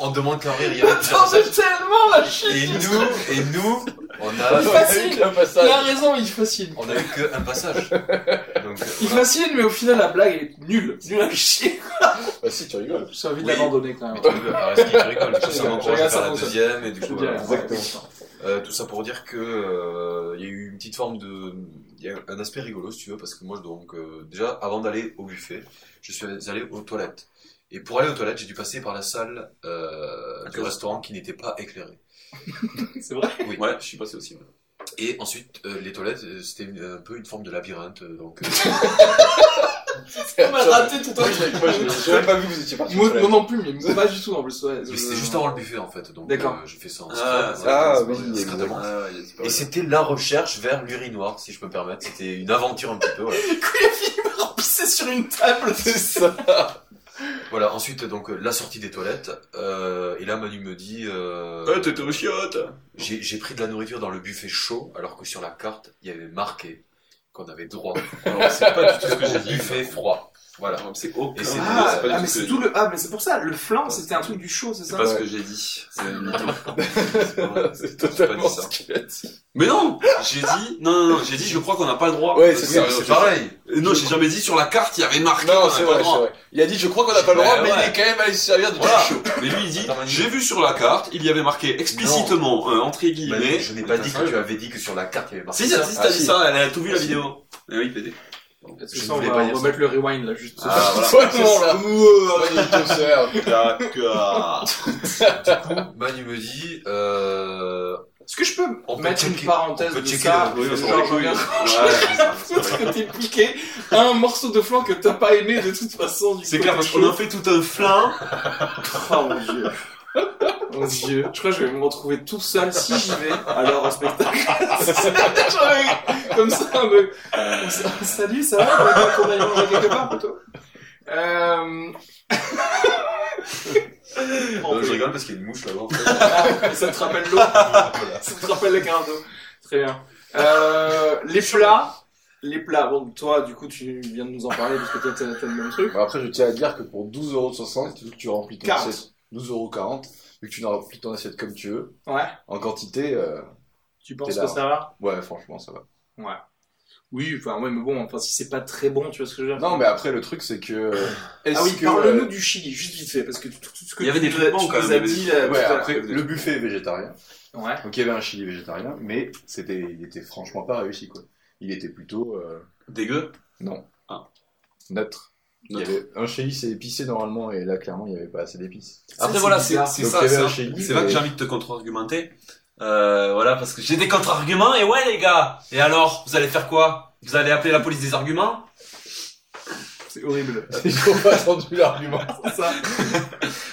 Speaker 2: On demande qu'à rire, il y a plusieurs
Speaker 1: Putain,
Speaker 2: passages.
Speaker 1: c'est tellement la
Speaker 2: Et
Speaker 1: chute.
Speaker 2: nous, et nous, on
Speaker 1: Il
Speaker 2: a,
Speaker 1: fascine.
Speaker 4: Un
Speaker 1: Il
Speaker 4: passage.
Speaker 1: a raison, il fascine.
Speaker 2: on a eu qu'un passage. Donc, euh,
Speaker 1: Il
Speaker 2: voilà.
Speaker 1: fascine, mais au final la blague elle est nulle, nulle à chier.
Speaker 4: Bah si, tu rigoles.
Speaker 1: J'ai envie de
Speaker 2: Oui.
Speaker 1: l'abandonner quand
Speaker 2: Mais
Speaker 1: même.
Speaker 2: tu rigoles, alors, est-ce qu'il rigole Tout ça,
Speaker 1: Regarde,
Speaker 2: on va
Speaker 1: ça
Speaker 2: faire la
Speaker 1: fonctionne.
Speaker 2: deuxième, et du coup,
Speaker 1: Je
Speaker 2: voilà.
Speaker 1: dirais, ouais.
Speaker 4: Exactement.
Speaker 2: Euh, tout ça pour dire que euh, il y a eu une petite forme de il y a un aspect rigolo, si tu veux, parce que moi, donc, euh, déjà, avant d'aller au buffet, je suis allé aux toilettes. Et pour aller aux toilettes, j'ai dû passer par la salle euh, du restaurant qui n'était pas éclairée.
Speaker 1: C'est vrai
Speaker 2: Oui.
Speaker 3: Ouais, je suis passé aussi. ouais.
Speaker 2: Et ensuite, euh, les toilettes, euh, c'était une- un peu une forme de labyrinthe. euh, Donc, euh,
Speaker 1: On m'a raté tout
Speaker 4: Moi, je- moi, je- j'avais pas vu que vous étiez parti.
Speaker 1: Moi moi non plus, mais moi, pas du tout en plus. Ouais,
Speaker 2: mais
Speaker 1: Je-
Speaker 2: c'était juste avant le buffet, en fait. Donc,
Speaker 1: D'accord.
Speaker 2: euh, j'ai fait ça en
Speaker 3: Ah,
Speaker 2: secret,
Speaker 4: ah,
Speaker 2: ouais,
Speaker 4: oui,
Speaker 2: discrètement.
Speaker 3: Ah, ouais, il y a- c'est pas
Speaker 2: Et
Speaker 3: vrai.
Speaker 2: c'était la recherche vers l'urinoir, si je peux me permettre. C'était une aventure un petit peu. Voilà.
Speaker 1: Du coup, il a fini par pisser sur une table.
Speaker 4: C'est ça.
Speaker 2: Voilà, ensuite, donc, euh, la sortie des toilettes. euh, et là, Manu me dit... euh,
Speaker 3: Ouais, Eh, t'étais aux chiottes.
Speaker 2: J'ai j'ai pris de la nourriture dans le buffet chaud, alors que sur la carte, il y avait marqué qu'on avait droit
Speaker 3: Alors, c'est pas du tout ce que j'ai
Speaker 2: au
Speaker 3: dit.
Speaker 2: buffet froid. Voilà.
Speaker 3: Alors, C'est aucun-
Speaker 2: Et c'est-
Speaker 3: Ah,
Speaker 1: Ah,
Speaker 3: c'est pas du
Speaker 1: ah,
Speaker 3: tout
Speaker 1: mais
Speaker 3: ce
Speaker 1: c'est
Speaker 3: que
Speaker 1: tout
Speaker 3: j'ai dit.
Speaker 1: le. Ah, mais c'est pour ça, le flan, c'était un truc du show, c'est
Speaker 3: C'est
Speaker 1: ça
Speaker 3: pas ce que j'ai dit. C'est un mytho. C'est pas vrai.
Speaker 4: C'est
Speaker 3: J'ai pas
Speaker 4: totalement
Speaker 3: dit ça.
Speaker 4: ce qu'il a dit.
Speaker 3: Mais non J'ai dit, non, non, non, j'ai dit, je crois qu'on n'a pas le droit.
Speaker 4: Ouais, c'est
Speaker 3: Euh,
Speaker 4: ça,
Speaker 3: euh,
Speaker 4: c'est
Speaker 3: je-
Speaker 4: pareil.
Speaker 3: Euh, Non, j'ai jamais dit sur la carte, il y avait marqué. qu'on
Speaker 4: Non,
Speaker 3: n'a
Speaker 4: c'est
Speaker 3: pas le
Speaker 4: vrai,
Speaker 3: droit.
Speaker 4: c'est vrai. Il a dit, je crois qu'on n'a pas le droit,
Speaker 3: Ouais,
Speaker 4: mais il
Speaker 3: ouais.
Speaker 4: est quand même allé se servir de
Speaker 3: Voilà.
Speaker 4: truc chaud.
Speaker 3: Mais lui, il dit,
Speaker 2: Attends, Manu.
Speaker 3: j'ai vu sur la carte, il y avait marqué explicitement, euh, entre guillemets.
Speaker 2: Manu, Bah, je n'ai pas dit que tu avais dit que sur la carte, il y avait marqué
Speaker 3: Si, si,
Speaker 2: ça.
Speaker 3: si,
Speaker 4: Ah,
Speaker 3: t'as dit
Speaker 4: si.
Speaker 3: ça, elle a tout vu
Speaker 4: Ah,
Speaker 3: la
Speaker 4: si.
Speaker 3: vidéo. Eh oui, pété.
Speaker 1: Parce que
Speaker 2: Je
Speaker 1: ça, on
Speaker 2: voulais
Speaker 1: va,
Speaker 2: pas
Speaker 1: on
Speaker 2: dire
Speaker 1: va
Speaker 2: ça.
Speaker 1: mettre le rewind là, juste.
Speaker 3: Ah, voilà.
Speaker 4: Vraiment, là.
Speaker 3: Ouah,
Speaker 4: Ouais, il te sert.
Speaker 3: D'accord.
Speaker 2: Manu me dit... Euh,
Speaker 1: Est-ce que je peux
Speaker 2: On peut
Speaker 1: mettre une
Speaker 2: checker-
Speaker 1: parenthèse
Speaker 2: on peut
Speaker 1: de
Speaker 2: checker
Speaker 3: Ah,
Speaker 1: ça
Speaker 2: le- oui, on s'en
Speaker 1: Genre,
Speaker 3: bat les
Speaker 1: je viens
Speaker 3: couilles.
Speaker 1: de foutre que t'es piqué à un morceau de flan que t'as pas aimé de toute façon. du
Speaker 3: C'est
Speaker 1: coup,
Speaker 3: clair,
Speaker 1: t'es
Speaker 3: parce
Speaker 1: chaud.
Speaker 3: qu'on a fait tout un flan.
Speaker 1: Oh mon dieu. Mon dieu. Je crois que je vais me retrouver tout seul si j'y vais. Alors, au spectacle. Comme ça, un mec. Salut, ça va On va pas qu'on aille manger quelque part plutôt Euh.
Speaker 2: euh, je rigole parce qu'il y a une mouche là-bas.
Speaker 1: Ah, ça te rappelle l'eau. ça te rappelle le cardo. Très bien. Euh, les plats. Les plats. Bon, toi, du coup, tu viens de nous en parler parce que toi, t'as t'as le même truc.
Speaker 4: Bah, Après, je tiens à dire que pour 12,60€, vu que tu remplis ton
Speaker 1: 40.
Speaker 4: assiette, 12,40€, vu que tu remplis ton assiette comme tu veux,
Speaker 1: Ouais.
Speaker 4: en quantité, euh,
Speaker 1: Tu
Speaker 4: T'es
Speaker 1: penses
Speaker 4: là.
Speaker 1: que ça va
Speaker 4: ouais, franchement, ça va.
Speaker 1: Oui, enfin, ouais, mais bon, enfin, si c'est pas très bon, tu vois ce que je veux dire
Speaker 4: Non, mais après, le truc, c'est que. euh, est-ce
Speaker 1: Ah oui,
Speaker 4: que,
Speaker 1: parle-nous
Speaker 4: euh,
Speaker 1: du Chili, juste vite fait, parce que tout, tout ce que
Speaker 3: Il y avait
Speaker 1: tu
Speaker 3: des
Speaker 1: nous as-
Speaker 3: traitements,
Speaker 1: tu
Speaker 3: quand
Speaker 1: nous
Speaker 3: même,
Speaker 1: as
Speaker 3: il y avait
Speaker 1: dit,
Speaker 3: des-
Speaker 1: là,
Speaker 4: Ouais,
Speaker 1: tout à
Speaker 4: après, le buffet est végétarien.
Speaker 1: l'heure. Ouais.
Speaker 4: Donc, il y avait un chili végétarien, mais c'était, il était franchement pas réussi, quoi. Il était plutôt, euh,
Speaker 3: Dégueu.
Speaker 4: non.
Speaker 3: Ah.
Speaker 4: Neutre. Il y
Speaker 3: Neutre.
Speaker 4: avait un chili, c'est épicé normalement, et là, clairement, il n'y avait pas assez d'épices.
Speaker 3: Après
Speaker 1: c'est
Speaker 3: voilà, c'est
Speaker 1: bizarre.
Speaker 3: c'est
Speaker 4: Donc,
Speaker 3: ça,
Speaker 4: il y avait
Speaker 3: ça.
Speaker 4: un chez lui,
Speaker 3: c'est là que
Speaker 4: mais-
Speaker 3: j'ai envie de te contre-argumenter. Euh, voilà, parce que j'ai des contre-arguments, et ouais les gars Et alors, vous allez faire quoi Vous allez appeler la police des arguments
Speaker 1: C'est horrible.
Speaker 4: Ils n'ont pas entendu l'argument.
Speaker 1: ça.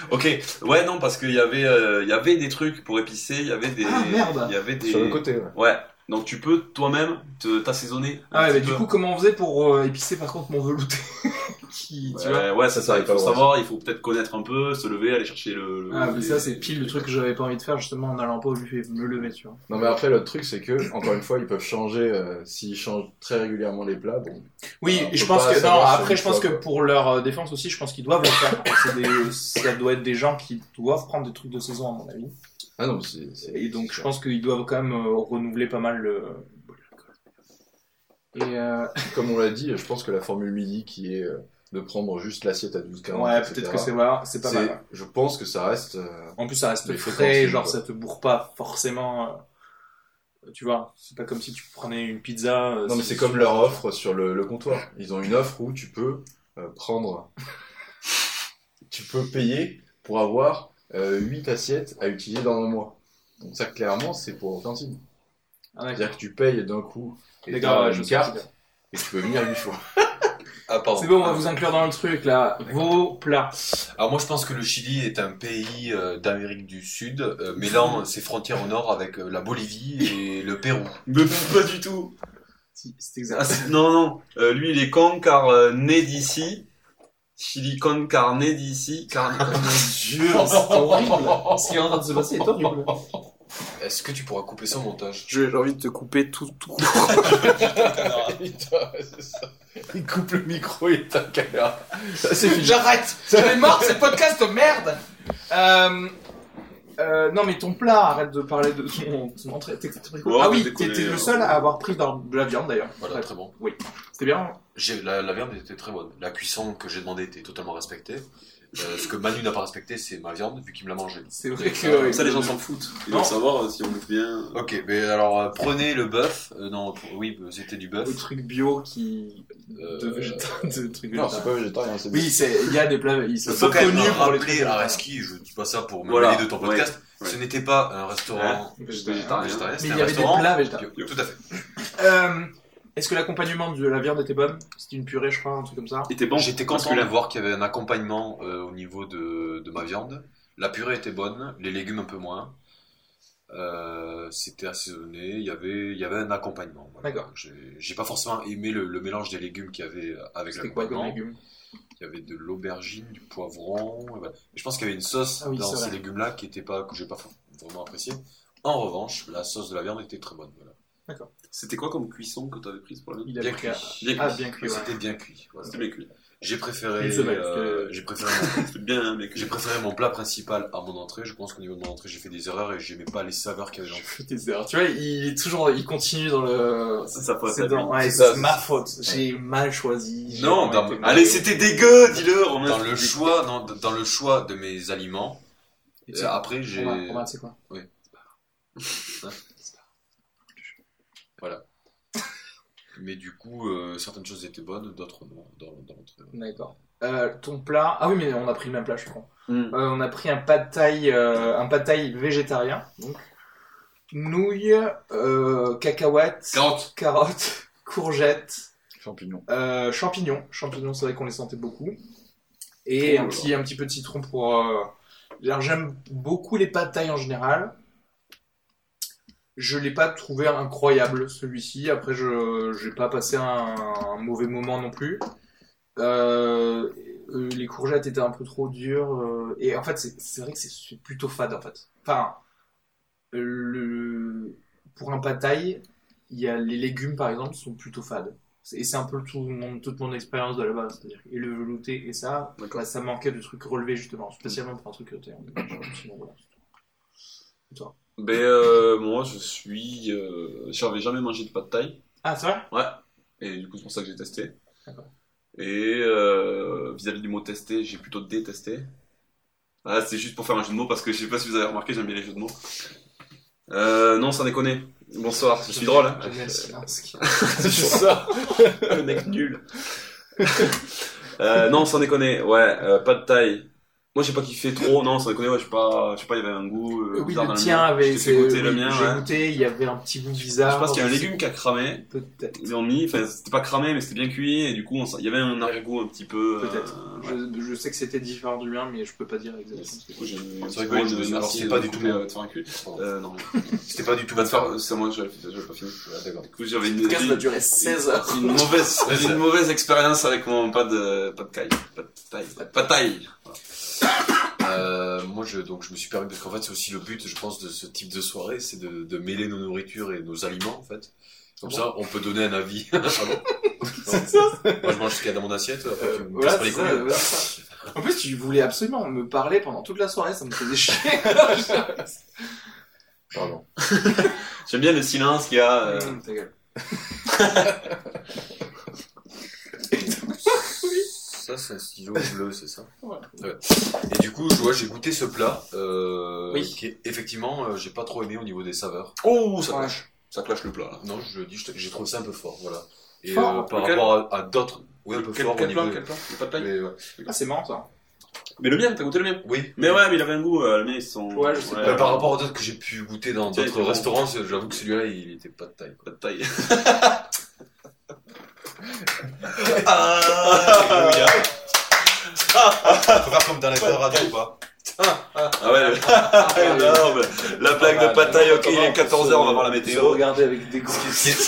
Speaker 3: Ok, ouais non, parce qu'il y avait euh, il y avait des trucs pour épicer, il y avait des...
Speaker 1: Ah, merde.
Speaker 3: Il y avait des...
Speaker 4: Sur le côté, ouais.
Speaker 3: Ouais, donc tu peux toi-même te- t'assaisonner. un
Speaker 1: Ah ouais,
Speaker 3: petit
Speaker 1: mais du
Speaker 3: peu.
Speaker 1: coup, comment on faisait pour euh, épicer par contre mon velouté Qui, tu vois
Speaker 3: Ouais, ouais, c'est
Speaker 4: Ça, ça
Speaker 3: ça, il
Speaker 4: va pas
Speaker 3: faut
Speaker 4: loin.
Speaker 3: savoir, il faut peut-être connaître un peu, se lever, aller chercher le... le-
Speaker 1: Ah, mais
Speaker 3: les-
Speaker 1: ça, c'est pile le truc que j'avais pas envie de faire, justement, en allant pas au buffet, me lever, tu vois.
Speaker 4: Non mais après l'autre truc c'est que encore une fois ils peuvent changer euh, s'ils changent très régulièrement les plats bon
Speaker 1: Oui,
Speaker 4: Alors,
Speaker 1: et je
Speaker 4: faut
Speaker 1: pense
Speaker 4: pas
Speaker 1: que, non,
Speaker 4: savoir si
Speaker 1: après,
Speaker 4: une
Speaker 1: je pense
Speaker 4: fois,
Speaker 1: que
Speaker 4: quoi.
Speaker 1: pour leur euh, défense aussi, je pense qu'ils doivent le faire. C'est des- ça doit être des gens qui doivent prendre des trucs de saison, à mon avis.
Speaker 4: ah non c'est c'est-
Speaker 1: Et donc je
Speaker 4: c'est-
Speaker 1: pense qu'ils doivent quand même euh, renouveler pas mal le. Et euh,
Speaker 4: comme on l'a dit je pense que la formule midi qui est euh, de prendre juste l'assiette à 12 40
Speaker 1: ouais, peut-être que c'est voilà, c'est pas mal. ouais.
Speaker 4: je pense que ça reste euh,
Speaker 1: En plus, ça reste
Speaker 4: Les
Speaker 1: frais,
Speaker 4: fréquences,
Speaker 1: genre
Speaker 4: quoi.
Speaker 1: ça te bourre pas forcément. euh, tu vois, c'est pas comme si tu prenais une pizza. euh,
Speaker 4: non mais
Speaker 1: si-
Speaker 4: c'est comme leur offre sur le, le comptoir ils ont une offre où tu peux euh, prendre tu peux payer pour avoir 8 assiettes à utiliser dans un mois donc ça clairement c'est pour Fantine
Speaker 1: Ah, d'accord.
Speaker 4: c'est-à-dire que tu payes d'un coup et
Speaker 1: D'accord,
Speaker 4: t'as
Speaker 1: ouais, je
Speaker 4: une
Speaker 1: sais ce que
Speaker 4: carte
Speaker 1: tu veux
Speaker 4: et tu peux venir 8 fois
Speaker 2: Ah, pardon.
Speaker 1: C'est bon, on va vous inclure dans le truc là. Vos plats.
Speaker 2: Alors moi je pense que le Chili est un pays euh, d'Amérique du Sud, euh, mêlant ses frontières au nord avec euh, la Bolivie et le Pérou.
Speaker 3: Mais pff, pas du tout
Speaker 1: Si, C'est
Speaker 3: Ah,
Speaker 1: exact.
Speaker 3: c'est- non, non. Euh, lui, il est con car euh, né d'ici. Chili con car né d'ici. Car...
Speaker 1: Ah, Dieu, c'est horrible. Ce qui est en train de se passer est horrible.
Speaker 2: Est-ce que tu pourras couper ça au montage
Speaker 1: J'ai envie de te couper tout, tout court.
Speaker 4: Putain, c'est ça. Il coupe le micro et éteint la caméra. Ça, c'est fini.
Speaker 1: J'arrête J'en ai marre de ce podcast de merde euh, euh, Non mais ton plat, arrête de parler de ton, ton entrée. t'es- t'es pris quoi
Speaker 3: Ouais,
Speaker 1: ah
Speaker 3: mais
Speaker 1: oui,
Speaker 3: déconner,
Speaker 1: t'étais le
Speaker 3: euh.
Speaker 1: seul à avoir pris dans- de la viande d'ailleurs.
Speaker 2: Voilà,
Speaker 1: Ouais.
Speaker 2: très bon.
Speaker 1: C'était bien
Speaker 2: j'ai- la, la viande était très bonne. La cuisson que j'ai demandé était totalement respectée. Euh, ce que Manu n'a pas respecté, c'est ma viande, vu qu'il me l'a mangée.
Speaker 1: C'est vrai que.
Speaker 3: Comme ça, les gens s'en foutent. Ils
Speaker 1: Non.
Speaker 3: veulent savoir euh, si on bouffe bien.
Speaker 2: Ok, mais alors euh, prenez le bœuf. Euh, non, pr- oui, euh, c'était du bœuf.
Speaker 1: Le truc bio qui.
Speaker 2: Euh,
Speaker 1: De végéta- de trucs
Speaker 4: Non, c'est
Speaker 1: végétariens.
Speaker 4: pas végétarien, c'est
Speaker 1: Oui, c'est- il y a des plats. Ils
Speaker 2: Il
Speaker 1: sont
Speaker 2: faut quand même
Speaker 1: connus pour les trucs
Speaker 2: rappeler à
Speaker 1: végétariens.
Speaker 2: Reski, je dis pas ça pour me
Speaker 3: Voilà,
Speaker 2: mêler de ton
Speaker 3: ouais,
Speaker 2: podcast,
Speaker 3: ouais.
Speaker 2: ce n'était pas un restaurant
Speaker 1: Végétarien.
Speaker 3: Végétarien.
Speaker 2: végétarien,
Speaker 1: Mais
Speaker 2: c'était
Speaker 1: il
Speaker 2: un
Speaker 1: y avait des
Speaker 2: restaurant.
Speaker 1: plats végétariens.
Speaker 2: bio. Tout à fait.
Speaker 1: Euh, Est-ce que l'accompagnement de la viande était bonne C'était une purée, je crois, un truc comme ça.
Speaker 3: Et t'es bon.
Speaker 2: J'étais
Speaker 3: Parce que
Speaker 2: content de voir qu'il y avait un accompagnement euh, au niveau de, de ma viande. La purée était bonne, les légumes un peu moins. Euh, c'était assaisonné, il y avait, il y avait un accompagnement. voilà.
Speaker 1: D'accord.
Speaker 2: J'ai j'ai pas forcément aimé le, le mélange des légumes qu'il y avait euh, avec
Speaker 1: C'était quoi comme
Speaker 2: l'accompagnement.
Speaker 1: légumes
Speaker 2: Il y avait de l'aubergine, du poivron. et voilà. Je pense qu'il y avait une sauce
Speaker 1: Ah oui,
Speaker 2: dans
Speaker 1: c'est
Speaker 2: ces
Speaker 1: vrai.
Speaker 2: légumes-là qui était pas, que j'ai pas vraiment apprécié. En revanche, la sauce de la viande était très bonne. voilà.
Speaker 3: C'était quoi comme cuisson que t'avais prise pour la
Speaker 1: Il a
Speaker 2: Bien
Speaker 1: pris. un-
Speaker 2: cuit.
Speaker 3: Bien
Speaker 1: Ah,
Speaker 3: cuit.
Speaker 1: bien cuit, ouais.
Speaker 2: C'était bien cuit. voilà.
Speaker 3: C'était bien cuit.
Speaker 2: J'ai préféré,
Speaker 1: Une semaine,
Speaker 2: euh,
Speaker 1: parce que-
Speaker 2: j'ai préféré, mon-
Speaker 3: C'était bien hein, bien
Speaker 2: j'ai
Speaker 3: cuit.
Speaker 2: préféré mon plat principal à mon entrée. Je pense qu'au niveau de mon entrée, j'ai fait des erreurs et j'aimais pas les saveurs qu'il y avait dans
Speaker 1: Toutes tes erreurs. Tu vois, il est toujours, il continue dans le.
Speaker 3: C'est sa faute,
Speaker 1: C'est
Speaker 3: à
Speaker 1: dans-
Speaker 3: lui.
Speaker 1: ouais,
Speaker 3: C'est ça,
Speaker 1: c'est ma faute. J'ai mal choisi. j'ai
Speaker 2: Non,
Speaker 1: vraiment
Speaker 2: dans-
Speaker 1: été mal.
Speaker 3: Allez, c'était dégueu, dis-le. on a-
Speaker 2: dans le choix, non, dans le choix de mes aliments. Euh, après, j'ai,
Speaker 1: Romain, Romain, tu sais quoi
Speaker 2: Oui. mais du coup, euh, certaines choses étaient bonnes, d'autres non. Dans, dans l'entrée.
Speaker 1: D'accord. Euh, ton plat. Ah oui, mais on a pris le même plat, je crois.
Speaker 3: Mm.
Speaker 1: Euh, on a pris un pad thai, euh, un pad thai végétarien. Donc, nouilles, euh, cacahuètes,
Speaker 2: Carottes.
Speaker 1: carottes, courgettes,
Speaker 4: Champignon.
Speaker 1: euh, champignons. Champignons, c'est vrai qu'on les sentait beaucoup. Et un
Speaker 3: Oh là
Speaker 1: petit, un petit peu de citron pour. euh, Alors, j'aime beaucoup les pâtes taille en général. Je l'ai pas trouvé incroyable celui-ci. Après, je j'ai pas passé un, un mauvais moment non plus. Euh, euh, les courgettes étaient un peu trop dures. euh, et en fait, c'est c'est vrai que c'est- c'est plutôt fade en fait. Enfin, euh, le, pour un pad thai, il y a les légumes par exemple sont plutôt fades. C'est- Et c'est un peu tout mon- toute mon expérience de la base. C'est-à-dire, et le velouté et ça,
Speaker 3: D'accord.
Speaker 1: bah, ça manquait de trucs relevés justement, spécialement pour un truc. euh, t'es- sinon, voilà.
Speaker 3: Ben, euh, moi, je suis. Euh, J'avais jamais mangé de pâte taille.
Speaker 1: Ah, c'est vrai
Speaker 3: Ouais. Et du coup, c'est pour ça que j'ai testé.
Speaker 1: D'accord.
Speaker 3: Et euh, vis-à-vis du mot tester, j'ai plutôt détesté. Ah, c'est juste pour faire un jeu de mots parce que je sais pas si vous avez remarqué, j'aime bien les jeux de mots. Euh, non, sans déconner. Bonsoir, je suis drôle. Hein
Speaker 1: J'aime bien le silence Euh, qui-
Speaker 3: c'est ça. le mec nul. Euh, non, sans déconner, ouais, euh, pas de taille. Moi, j'ai pas kiffé trop, non, sans déconner, ouais, je sais pas, je sais pas, il y avait un goût. euh,
Speaker 1: Oui,
Speaker 3: bizarre dans
Speaker 1: le
Speaker 3: le
Speaker 1: tien
Speaker 3: mien.
Speaker 1: avait.
Speaker 3: Je t'ai fait goûter le
Speaker 1: oui,
Speaker 3: mien,
Speaker 1: J'ai
Speaker 3: ouais.
Speaker 1: goûté, il y avait un petit goût
Speaker 3: Je
Speaker 1: bizarre.
Speaker 3: pense qu'il y a un légume qui a cramé.
Speaker 1: Peut-être.
Speaker 3: Ils l'ont mis, enfin c'était pas cramé mais c'était bien cuit et du coup on s'en- il y avait un arrière-goût un petit peu. euh,
Speaker 1: Peut-être.
Speaker 3: ouais.
Speaker 1: Je, je sais que c'était différent du mien, mais je peux pas dire exactement.
Speaker 3: Du coup, j'ai eu un
Speaker 2: C'est vrai
Speaker 3: petit
Speaker 2: que moi, je
Speaker 3: peu
Speaker 2: me suis-
Speaker 3: de-
Speaker 2: alors,
Speaker 3: merci
Speaker 2: c'est pas
Speaker 3: de
Speaker 2: du
Speaker 3: me
Speaker 2: tout
Speaker 3: couper,
Speaker 2: mon-
Speaker 3: euh, de faire un cul.
Speaker 2: Pardon.
Speaker 3: Euh, non,
Speaker 2: C'était pas du tout
Speaker 3: je vais
Speaker 2: bonne
Speaker 3: te
Speaker 2: faire.
Speaker 3: faire- c'est à moi, je l'ai je l'ai pas fini.
Speaker 2: Ouais, d'accord.
Speaker 3: Du coup j'avais une,
Speaker 1: podcast va
Speaker 3: une,
Speaker 1: durer 16 heures.
Speaker 3: une mauvaise, j'ai une mauvaise expérience avec mon pas de pas de caille, pas de taille, pas de taille.
Speaker 2: Euh, moi, je, donc, je me suis permis, parce qu'en fait, c'est aussi le but, je pense, de ce type de soirée, c'est de, de mêler nos nourritures et nos aliments, en fait. Comme
Speaker 1: Ah
Speaker 2: ça, on peut donner un avis. Ah bon Non. Moi, je mange ce qu'il y a dans mon assiette, après,
Speaker 1: Euh,
Speaker 2: tu me
Speaker 1: voilà,
Speaker 2: casses pas les
Speaker 1: c'est ça,
Speaker 2: couilles.
Speaker 1: voilà, ça. En plus, tu voulais absolument me parler pendant toute la soirée, ça me faisait chier.
Speaker 4: Pardon.
Speaker 3: J'aime bien le silence qu'il y a. euh,
Speaker 1: Hum, ta gueule.
Speaker 2: Ça, c'est un stylo bleu, c'est ça
Speaker 1: Ouais.
Speaker 2: Ouais. Et du coup, je vois, j'ai goûté ce plat, euh,
Speaker 1: Oui.
Speaker 2: qui, effectivement, euh, j'ai pas trop aimé au niveau des saveurs.
Speaker 3: Oh ça
Speaker 1: Ouais.
Speaker 3: clash, ça clash le plat là.
Speaker 2: Non, je le dis, je te- j'ai trouvé ça un peu fort, voilà. Et
Speaker 1: Fort
Speaker 2: euh, par
Speaker 3: Lequel
Speaker 2: rapport à, à d'autres, oui, un peu
Speaker 3: Quel
Speaker 2: fort au
Speaker 3: quel
Speaker 2: niveau
Speaker 3: plat,
Speaker 2: de-
Speaker 3: quel plat Le pas de taille.
Speaker 2: mais, ouais.
Speaker 1: Ah, c'est marrant, ça.
Speaker 3: Mais le mien, t'as goûté le mien.
Speaker 2: Oui.
Speaker 3: Mais ouais, mais il avait un goût, euh, le mien ils sont.
Speaker 1: Ouais, je sais pas.
Speaker 2: Euh, par rapport aux autres que j'ai pu goûter dans
Speaker 3: Tiens,
Speaker 2: d'autres
Speaker 3: il était
Speaker 2: restaurants, c'est- j'avoue que celui-là, il était pas de taille.
Speaker 3: Pas de taille. Ah,
Speaker 2: Alléluia. Ah, Faut faire comme dans les
Speaker 3: de
Speaker 2: radio ou pas
Speaker 3: Ah ouais, énorme La blague
Speaker 1: Ah,
Speaker 3: de Pataille, ok, il est 14h, on va voir la météo.
Speaker 1: Regardez avec des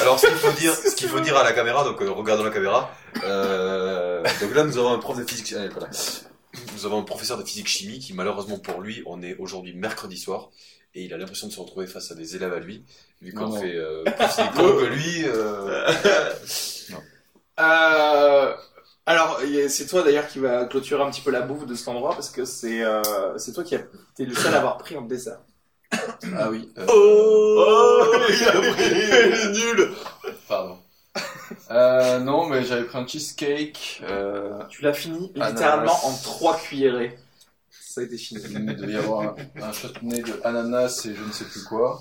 Speaker 2: Alors, ce qu'il faut dire, ce qu'il faut dire à la caméra, donc euh, regardons la caméra. Euh, donc là, nous avons un prof de physique. allez, voilà. Nous avons un professeur de physique chimie qui, malheureusement pour lui, on est aujourd'hui mercredi soir et il a l'impression de se retrouver face à des élèves à lui, vu qu'on
Speaker 4: Non, non.
Speaker 2: fait euh, plus des cons que lui. euh,
Speaker 1: Euh, alors, y a- c'est toi d'ailleurs qui va clôturer un petit peu la bouffe de cet endroit parce que c'est euh, c'est toi qui a- t'es le seul à avoir pris en dessert.
Speaker 2: Ah oui. euh,
Speaker 3: Oh, il a pris, il est nul
Speaker 2: Pardon.
Speaker 4: Euh, non, mais j'avais pris un cheesecake. Euh,
Speaker 1: Tu l'as fini
Speaker 4: Ananas.
Speaker 1: littéralement en trois cuillerées. Ça a été fini.
Speaker 4: il devait y avoir un, un chutney de ananas et je ne sais plus quoi.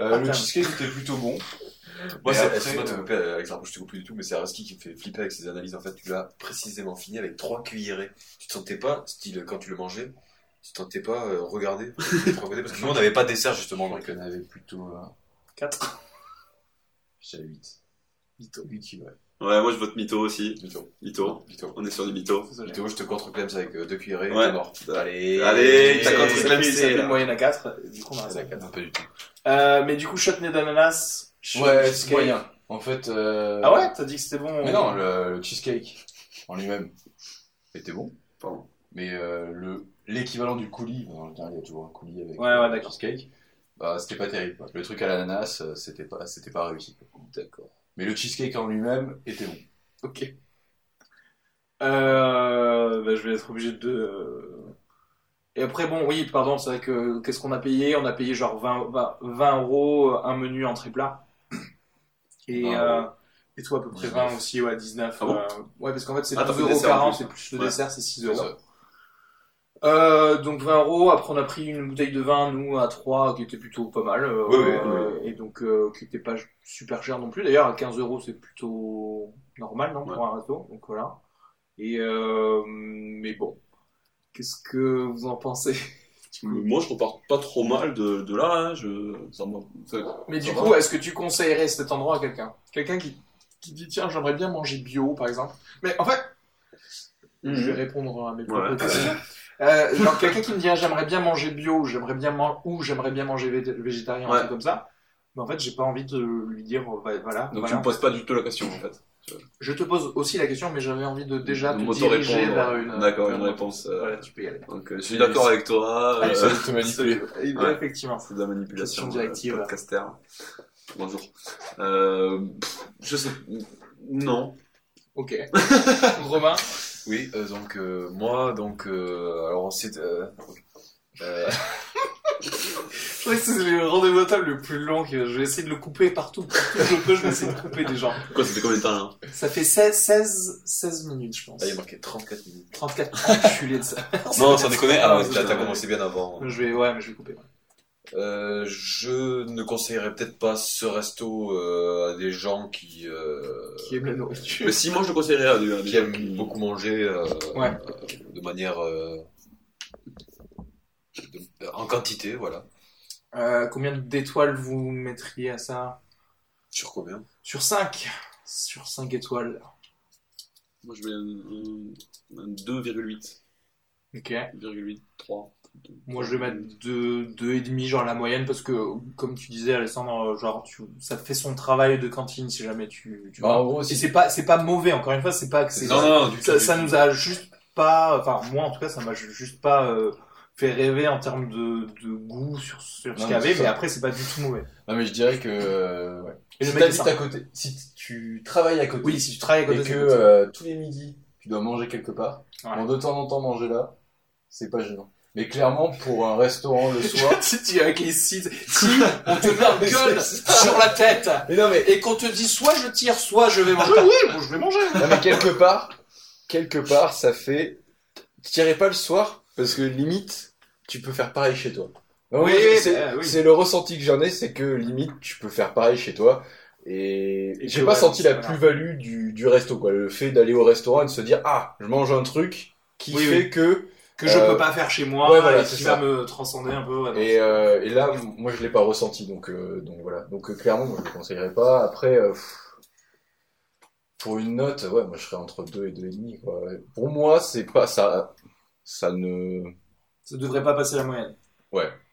Speaker 4: Euh, le
Speaker 1: Attends.
Speaker 4: cheesecake était plutôt bon.
Speaker 2: Moi,
Speaker 4: Mais
Speaker 2: c'est
Speaker 4: après,
Speaker 2: excuse-moi de te
Speaker 4: euh,
Speaker 2: couper, euh, Alexandre, je te coupe plus du tout, mais c'est Araski qui me fait flipper avec ses analyses. En fait, tu l'as précisément fini avec trois cuillerées. Tu te sentais pas, style, quand tu le mangeais, tu te sentais pas euh, regarder de trois côtés, parce que nous, on n'avait pas de dessert, justement.
Speaker 4: Je
Speaker 2: Donc,
Speaker 4: qu'on avait plutôt. Euh,
Speaker 1: Quatre.
Speaker 4: J'avais 8. 8 ouais.
Speaker 3: Ouais, moi je vote mytho aussi.
Speaker 2: Mytho.
Speaker 3: Mytho.
Speaker 2: Mytho.
Speaker 3: On est sur du mytho.
Speaker 2: Mytho, je te contre-clams avec euh, deux cuillerées,
Speaker 3: Ouais.
Speaker 2: t'es mort. Allez,
Speaker 3: Allez,
Speaker 1: Et
Speaker 3: t'as
Speaker 1: ça
Speaker 3: contre-clams,
Speaker 1: fait-
Speaker 3: il
Speaker 1: ça
Speaker 3: s'est
Speaker 1: fait
Speaker 3: là.
Speaker 1: une moyenne à 4. Du coup, on a
Speaker 4: D'accord, non, pas du tout.
Speaker 1: Euh, mais du coup, chutney d'ananas.
Speaker 4: Ouais,
Speaker 1: cheesecake.
Speaker 4: c'est moyen. En fait. Euh...
Speaker 1: Ah ouais T'as dit que c'était bon
Speaker 4: Mais non, le, le cheesecake en lui-même était bon.
Speaker 3: Pardon.
Speaker 4: Mais euh, le l'équivalent du coulis, bon, en général, il y a toujours un coulis avec
Speaker 1: Ouais,
Speaker 4: euh,
Speaker 1: ouais,
Speaker 4: le
Speaker 1: d'accord.
Speaker 4: cheesecake. Bah, c'était pas terrible. quoi. Le truc à l'ananas, euh, c'était pas, c'était pas réussi. D'accord. Mais le cheesecake en lui-même était bon.
Speaker 1: Ok. Euh, bah, je vais être obligé de. euh, Et après, bon, oui, pardon, c'est vrai que qu'est-ce qu'on a payé On a payé genre 20, 20, 20 euros euh, un menu entrée plat. Et,
Speaker 4: Ah,
Speaker 1: euh, et toi, à peu près 20
Speaker 4: 19.
Speaker 1: aussi, ouais, 19.
Speaker 3: Ah bon
Speaker 1: euh, ouais, parce qu'en fait, c'est
Speaker 3: Ah, t'as
Speaker 1: 12,40
Speaker 3: fait dessert en
Speaker 1: euros
Speaker 3: plus.
Speaker 1: et plus le
Speaker 3: Ouais.
Speaker 1: dessert, c'est 6
Speaker 4: C'est
Speaker 1: euros.
Speaker 4: ça.
Speaker 1: Euh, donc 20 euros. Après, on a pris une bouteille de vin, nous, à 3, qui était plutôt pas mal. euh,
Speaker 3: Oui, oui,
Speaker 1: euh, Et donc, euh, qui était pas super cher non plus. D'ailleurs, à 15 euros, c'est plutôt normal, non, pour un resto. Donc voilà. Et, euh, mais bon. Qu'est-ce que vous en pensez
Speaker 3: Moi je repars pas trop mal de, de là. hein. Je... ça m'a- enfin,
Speaker 1: Mais du
Speaker 3: Ça
Speaker 1: coup, est-ce que tu conseillerais cet endroit à quelqu'un Quelqu'un qui, qui dit, tiens, j'aimerais bien manger bio, par exemple. Mais en fait, je vais répondre à mes propres
Speaker 3: Ouais.
Speaker 1: questions. Euh, genre quelqu'un qui me dit ah, j'aimerais bien manger bio, j'aimerais bien man- ou j'aimerais bien manger vég- végétarien, un
Speaker 3: Ouais.
Speaker 1: truc comme ça. Mais en fait, j'ai pas envie de lui dire euh, va- voilà.
Speaker 3: Donc tu
Speaker 1: voilà.
Speaker 3: me poses pas du tout la question en fait.
Speaker 1: Je te pose aussi la question, mais j'avais envie de déjà
Speaker 3: De
Speaker 1: te
Speaker 3: m'auto-répondre,
Speaker 1: diriger
Speaker 3: ouais.
Speaker 1: vers une.
Speaker 3: D'accord,
Speaker 1: vers
Speaker 3: une
Speaker 1: une-
Speaker 3: réponse. euh,
Speaker 1: Voilà, tu peux y aller.
Speaker 3: Donc euh, je suis d'accord avec toi.
Speaker 4: Ah,
Speaker 3: euh,
Speaker 4: ça te manipulait.
Speaker 1: Et-
Speaker 3: Ouais.
Speaker 1: Effectivement.
Speaker 3: C'est de la manipulation.
Speaker 1: Question directive.
Speaker 3: euh, podcaster. Bonjour. Euh, pff, je sais. Non.
Speaker 1: Ok. Romain.
Speaker 2: Oui, euh, donc euh, moi, donc euh, alors on s'est euh, euh,
Speaker 1: Je crois que c'est le rendez-vous à table le plus long que je vais essayer de le couper partout. Partout que je peux, je vais essayer de couper des gens.
Speaker 3: Quoi, c'était combien de temps là
Speaker 1: Ça fait 16, 16, 16 minutes, je pense.
Speaker 2: ah, il y a marqué 34 minutes.
Speaker 1: 34 enculés de ça.
Speaker 2: Non, sans déconner, ah, ouais,
Speaker 1: c'est
Speaker 2: t'as
Speaker 1: ça.
Speaker 2: t'as commencé bien avant.
Speaker 1: Je vais, ouais, mais je vais couper.
Speaker 2: Euh, je ne conseillerais peut-être pas ce resto euh, à des gens qui euh,
Speaker 1: Qui aime la nourriture.
Speaker 3: Mais si, moi je le conseillerais à des, à des
Speaker 2: qui
Speaker 3: gens
Speaker 2: aiment beaucoup manger euh,
Speaker 1: Ouais.
Speaker 2: euh, de manière euh, de- en quantité, voilà.
Speaker 1: Euh, combien d'étoiles vous mettriez à ça
Speaker 2: Sur combien
Speaker 1: Sur 5 Sur 5 étoiles.
Speaker 3: Moi je mets un, un- un 2,8.
Speaker 1: Ok.
Speaker 3: 2,8, 3.
Speaker 1: Moi, je vais mettre 2, deux et demi, genre la moyenne, parce que, comme tu disais, Alessandre, euh, genre, tu, ça fait son travail de cantine si jamais tu, tu
Speaker 4: Bah,
Speaker 1: vois.
Speaker 4: en gros,
Speaker 1: Et
Speaker 4: si-
Speaker 1: c'est pas, c'est pas mauvais, encore une fois, c'est pas que c'est,
Speaker 2: Non, non, non, du
Speaker 1: ça,
Speaker 2: tout,
Speaker 1: ça
Speaker 2: du
Speaker 1: nous a juste pas, enfin, moi, en tout cas, ça m'a ju- juste pas, euh, fait rêver en termes de, de goût sur, sur ce
Speaker 4: Non,
Speaker 1: qu'il y
Speaker 4: mais
Speaker 1: avait,
Speaker 4: c'est
Speaker 1: mais
Speaker 4: ça.
Speaker 1: après, c'est pas du tout mauvais.
Speaker 4: Non, mais je dirais que euh, ouais.
Speaker 1: Et le
Speaker 4: si
Speaker 1: mec est
Speaker 4: t'habites
Speaker 1: sympa.
Speaker 4: à côté, si t- tu travailles à côté,
Speaker 1: Oui, si tu travailles à côté
Speaker 4: et
Speaker 1: de
Speaker 4: que
Speaker 1: cette personne.
Speaker 4: euh, tous les midis tu dois manger quelque part,
Speaker 1: Ouais.
Speaker 4: bon, de temps en temps manger là, c'est pas gênant. Mais clairement pour un restaurant le soir.
Speaker 1: si tu avec les sites, si on te met un gueule sur la tête
Speaker 4: mais non mais
Speaker 1: et qu'on te dit soit je tire, soit je vais manger. Oui, bon, je vais manger.
Speaker 4: Non mais quelque part, quelque part, ça fait. Tirez pas le soir parce que limite, tu peux faire pareil chez toi. Alors,
Speaker 1: Oui,
Speaker 4: moi,
Speaker 1: oui,
Speaker 4: c'est
Speaker 1: bah, oui.
Speaker 4: c'est le ressenti que j'en ai, c'est que limite, tu peux faire pareil chez toi. Et,
Speaker 1: Et
Speaker 4: j'ai
Speaker 1: que,
Speaker 4: pas
Speaker 1: ouais,
Speaker 4: senti
Speaker 1: c'est
Speaker 4: la
Speaker 1: pas grave.
Speaker 4: plus-value du, du resto, quoi. Le fait d'aller au restaurant et de se dire ah, je mange un truc qui
Speaker 1: Oui,
Speaker 4: fait
Speaker 1: oui.
Speaker 4: que
Speaker 1: Que je
Speaker 4: Euh,
Speaker 1: peux pas faire chez moi
Speaker 4: ouais, voilà,
Speaker 1: et
Speaker 4: c'est
Speaker 1: qui
Speaker 4: ça.
Speaker 1: va me transcender un peu. ouais, non.
Speaker 4: et, euh, et là, m- moi, je l'ai pas ressenti, donc euh, donc voilà. Donc euh, clairement, moi, je le conseillerais pas. Après. euh, pff, pour une note, ouais, moi je serais entre 2 et 2,5. quoi. Pour moi, c'est pas ça. Ça ne.
Speaker 1: Ça devrait pas passer la moyenne.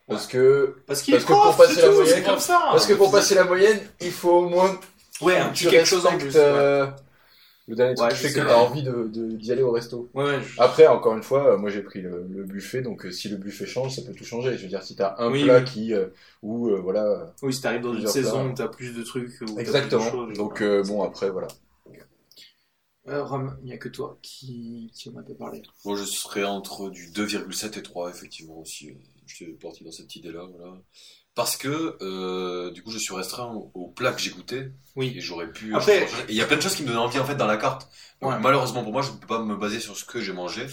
Speaker 4: Parce que.
Speaker 1: Parce qu'il est
Speaker 4: Parce que pour
Speaker 1: prof,
Speaker 4: passer
Speaker 1: c'est
Speaker 4: la
Speaker 1: tout,
Speaker 4: moyenne-
Speaker 1: c'est comme ça. hein.
Speaker 4: Parce que pour passer la moyenne, il faut au moins.
Speaker 1: Ah, ouais, un
Speaker 4: que
Speaker 1: petit
Speaker 4: tu
Speaker 1: quelque chose en
Speaker 4: respectes,
Speaker 1: plus. Ouais,
Speaker 4: euh, Le dernier truc
Speaker 1: Ouais, je
Speaker 4: qui fait
Speaker 1: sais,
Speaker 4: que
Speaker 1: ouais.
Speaker 4: t'as envie de, de- d'y aller au resto.
Speaker 1: ouais, ouais, je-
Speaker 4: Après, encore une fois, euh, moi j'ai pris le, le buffet, donc euh, si le buffet change, ça peut tout changer. Je veux dire, si t'as un
Speaker 1: Oui,
Speaker 4: plat
Speaker 1: oui.
Speaker 4: qui. euh, ou euh, voilà.
Speaker 1: oui, si t'arrives dans une
Speaker 4: plusieurs
Speaker 1: saison
Speaker 4: plats.
Speaker 1: où t'as plus de trucs. Où t'as plus de
Speaker 4: Exactement.
Speaker 1: choses,
Speaker 4: Donc
Speaker 1: ouais.
Speaker 4: euh, bon, après, voilà.
Speaker 1: Euh, Rome, il y a que toi qui, qui en a pas parlé.
Speaker 2: Moi, je serais entre du 2,7 et 3, effectivement, aussi. Je suis parti dans cette idée-là, voilà. Parce que euh, du coup, je suis restreint au- aux plats que j'ai goûtés.
Speaker 1: Oui.
Speaker 2: Et j'aurais pu.
Speaker 1: Après-
Speaker 2: Et il y a plein de choses qui me donnaient envie en fait dans la carte. Donc,
Speaker 1: Ouais.
Speaker 2: Malheureusement pour moi, je ne peux pas me baser sur ce que j'ai mangé.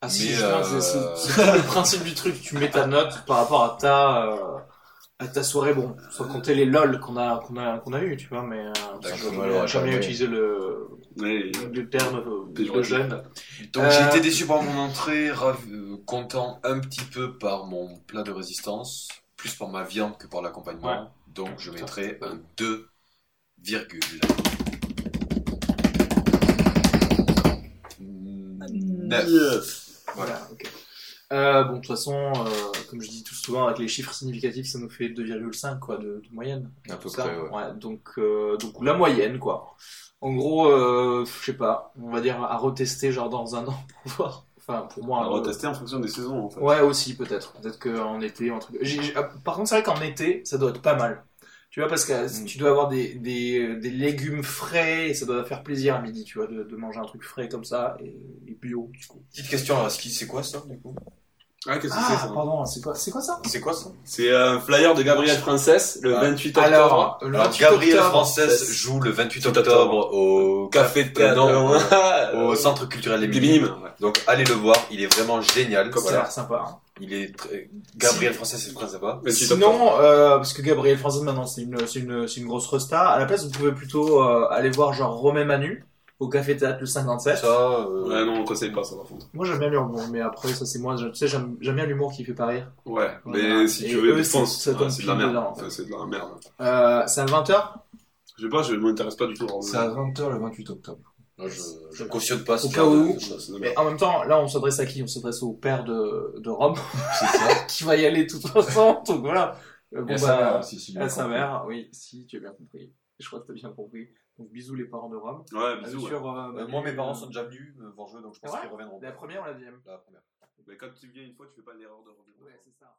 Speaker 1: Ah si,
Speaker 2: Mais,
Speaker 1: justement,
Speaker 2: euh,
Speaker 1: c'est- c'est c'est le principe du truc, tu mets ta note par rapport à ta, euh, à ta soirée, bon, sans compter les lol qu'on a, qu'on a, qu'on a eu, tu vois, mais euh, parce que
Speaker 4: D'accord,
Speaker 1: j'aurais
Speaker 4: alors,
Speaker 1: jamais
Speaker 4: jamais.
Speaker 1: utilisé le,
Speaker 3: Mais
Speaker 1: le terme euh, de
Speaker 3: Péjoratif.
Speaker 1: jeune.
Speaker 2: Donc
Speaker 1: Euh,
Speaker 2: j'ai été déçu par mon entrée, ravi- euh, content un petit peu par mon plat de résistance, plus par ma viande que par l'accompagnement. Donc je mettrai un 2, virgule. Hmm. Neuf.
Speaker 1: Voilà, ok. Euh, bon, de toute façon, euh, comme je dis tout souvent, avec les chiffres significatifs, ça nous fait 2,5 quoi de, de moyenne.
Speaker 4: À peu
Speaker 1: Tout ça.
Speaker 4: près, ouais.
Speaker 1: donc, euh, donc la moyenne quoi. En gros, euh, je sais pas, on va dire à retester genre dans un an pour voir. Enfin, pour moi,
Speaker 3: à
Speaker 1: euh,
Speaker 3: retester en fonction des saisons, en fait.
Speaker 1: Ouais, aussi, peut-être. Peut-être qu'en été, un truc. J'ai- j'ai- ah, Par contre, c'est vrai qu'en été, ça doit être pas mal. Tu vois, parce que euh,
Speaker 4: Mm.
Speaker 1: tu dois avoir des, des, des légumes frais et ça doit faire plaisir à midi, tu vois, de, de manger un truc frais comme ça et, et bio, du coup.
Speaker 2: Petite question alors, ce qui- c'est quoi ça du coup
Speaker 3: Ah, qu'est-ce que c'est,
Speaker 1: Ah,
Speaker 2: hein.
Speaker 3: ça
Speaker 1: pardon, c'est quoi, c'est quoi ça
Speaker 2: C'est quoi ça
Speaker 3: C'est euh, un flyer de Gabriel Princesse, le
Speaker 2: Ah.
Speaker 3: 28 octobre.
Speaker 1: Alors, le
Speaker 2: Alors
Speaker 1: 28
Speaker 2: Gabrielle
Speaker 1: octobre,
Speaker 2: Française joue le 28 octobre Euh, au
Speaker 3: Café
Speaker 2: Café
Speaker 3: de
Speaker 2: de
Speaker 3: théâtre.
Speaker 2: au Centre culturel des
Speaker 3: Des
Speaker 2: Minimes.
Speaker 3: minimes. ouais.
Speaker 2: Donc allez le voir, il est vraiment génial.
Speaker 1: Ça a
Speaker 2: Voilà.
Speaker 1: l'air sympa. hein.
Speaker 2: Il est très... Gabriel Français, c'est très sympa.
Speaker 3: 28 octobre.
Speaker 1: Sinon, euh, parce que Gabriel Française maintenant c'est une, c'est une, c'est une grosse resta, à la place vous pouvez plutôt euh, aller voir genre Romain Manu au Café Théâtre le 57.
Speaker 2: Ça, euh,
Speaker 3: Ouais, non, on conseille pas ça, par contre.
Speaker 1: Moi j'aime bien l'humour, mais après ça c'est moi, je- tu sais j'aime j'aime bien l'humour qui fait pas rire.
Speaker 3: Ouais, mais
Speaker 1: Voilà.
Speaker 3: si
Speaker 1: Et
Speaker 3: tu veux,
Speaker 1: eux,
Speaker 3: des
Speaker 1: c'est-
Speaker 3: France,
Speaker 1: ça
Speaker 3: ouais,
Speaker 1: tombe
Speaker 3: c'est de la
Speaker 1: pile
Speaker 3: merde.
Speaker 1: dedans, en fait.
Speaker 3: Ouais, c'est de la merde.
Speaker 1: Euh, c'est à 20h
Speaker 3: Je sais pas, je m'intéresse pas du tout. vraiment.
Speaker 4: C'est à 20h le 28 octobre.
Speaker 2: moi, je, je cautionne pas ce
Speaker 1: Au
Speaker 2: genre
Speaker 1: cas
Speaker 2: de-
Speaker 1: où.
Speaker 3: Ouais, c'est de la merde.
Speaker 1: Mais en même temps, là on s'adresse à qui On s'adresse au père de, de Rome
Speaker 4: C'est
Speaker 2: hein.
Speaker 4: ça.
Speaker 1: qui va y aller de toute façon. Donc voilà. Euh, Bon,
Speaker 4: Et à sa mère
Speaker 1: bah,
Speaker 4: aussi, si j'ai
Speaker 1: à
Speaker 4: bien
Speaker 1: sa
Speaker 4: compris.
Speaker 1: mère, oui, si tu as bien compris. Je crois que tu as bien compris. Donc bisous les parents de Rome.
Speaker 3: Ouais, bisous.
Speaker 1: Euh,
Speaker 3: ouais.
Speaker 1: sur, euh,
Speaker 2: Euh, moi, mes parents sont déjà venus euh, voir jouer, donc je pense
Speaker 1: Ouais.
Speaker 2: qu'ils reviendront.
Speaker 1: La première ou la deuxième
Speaker 2: La première.
Speaker 3: Mais quand tu viens une fois, tu fais pas l'erreur de revenir.
Speaker 1: c'est ça.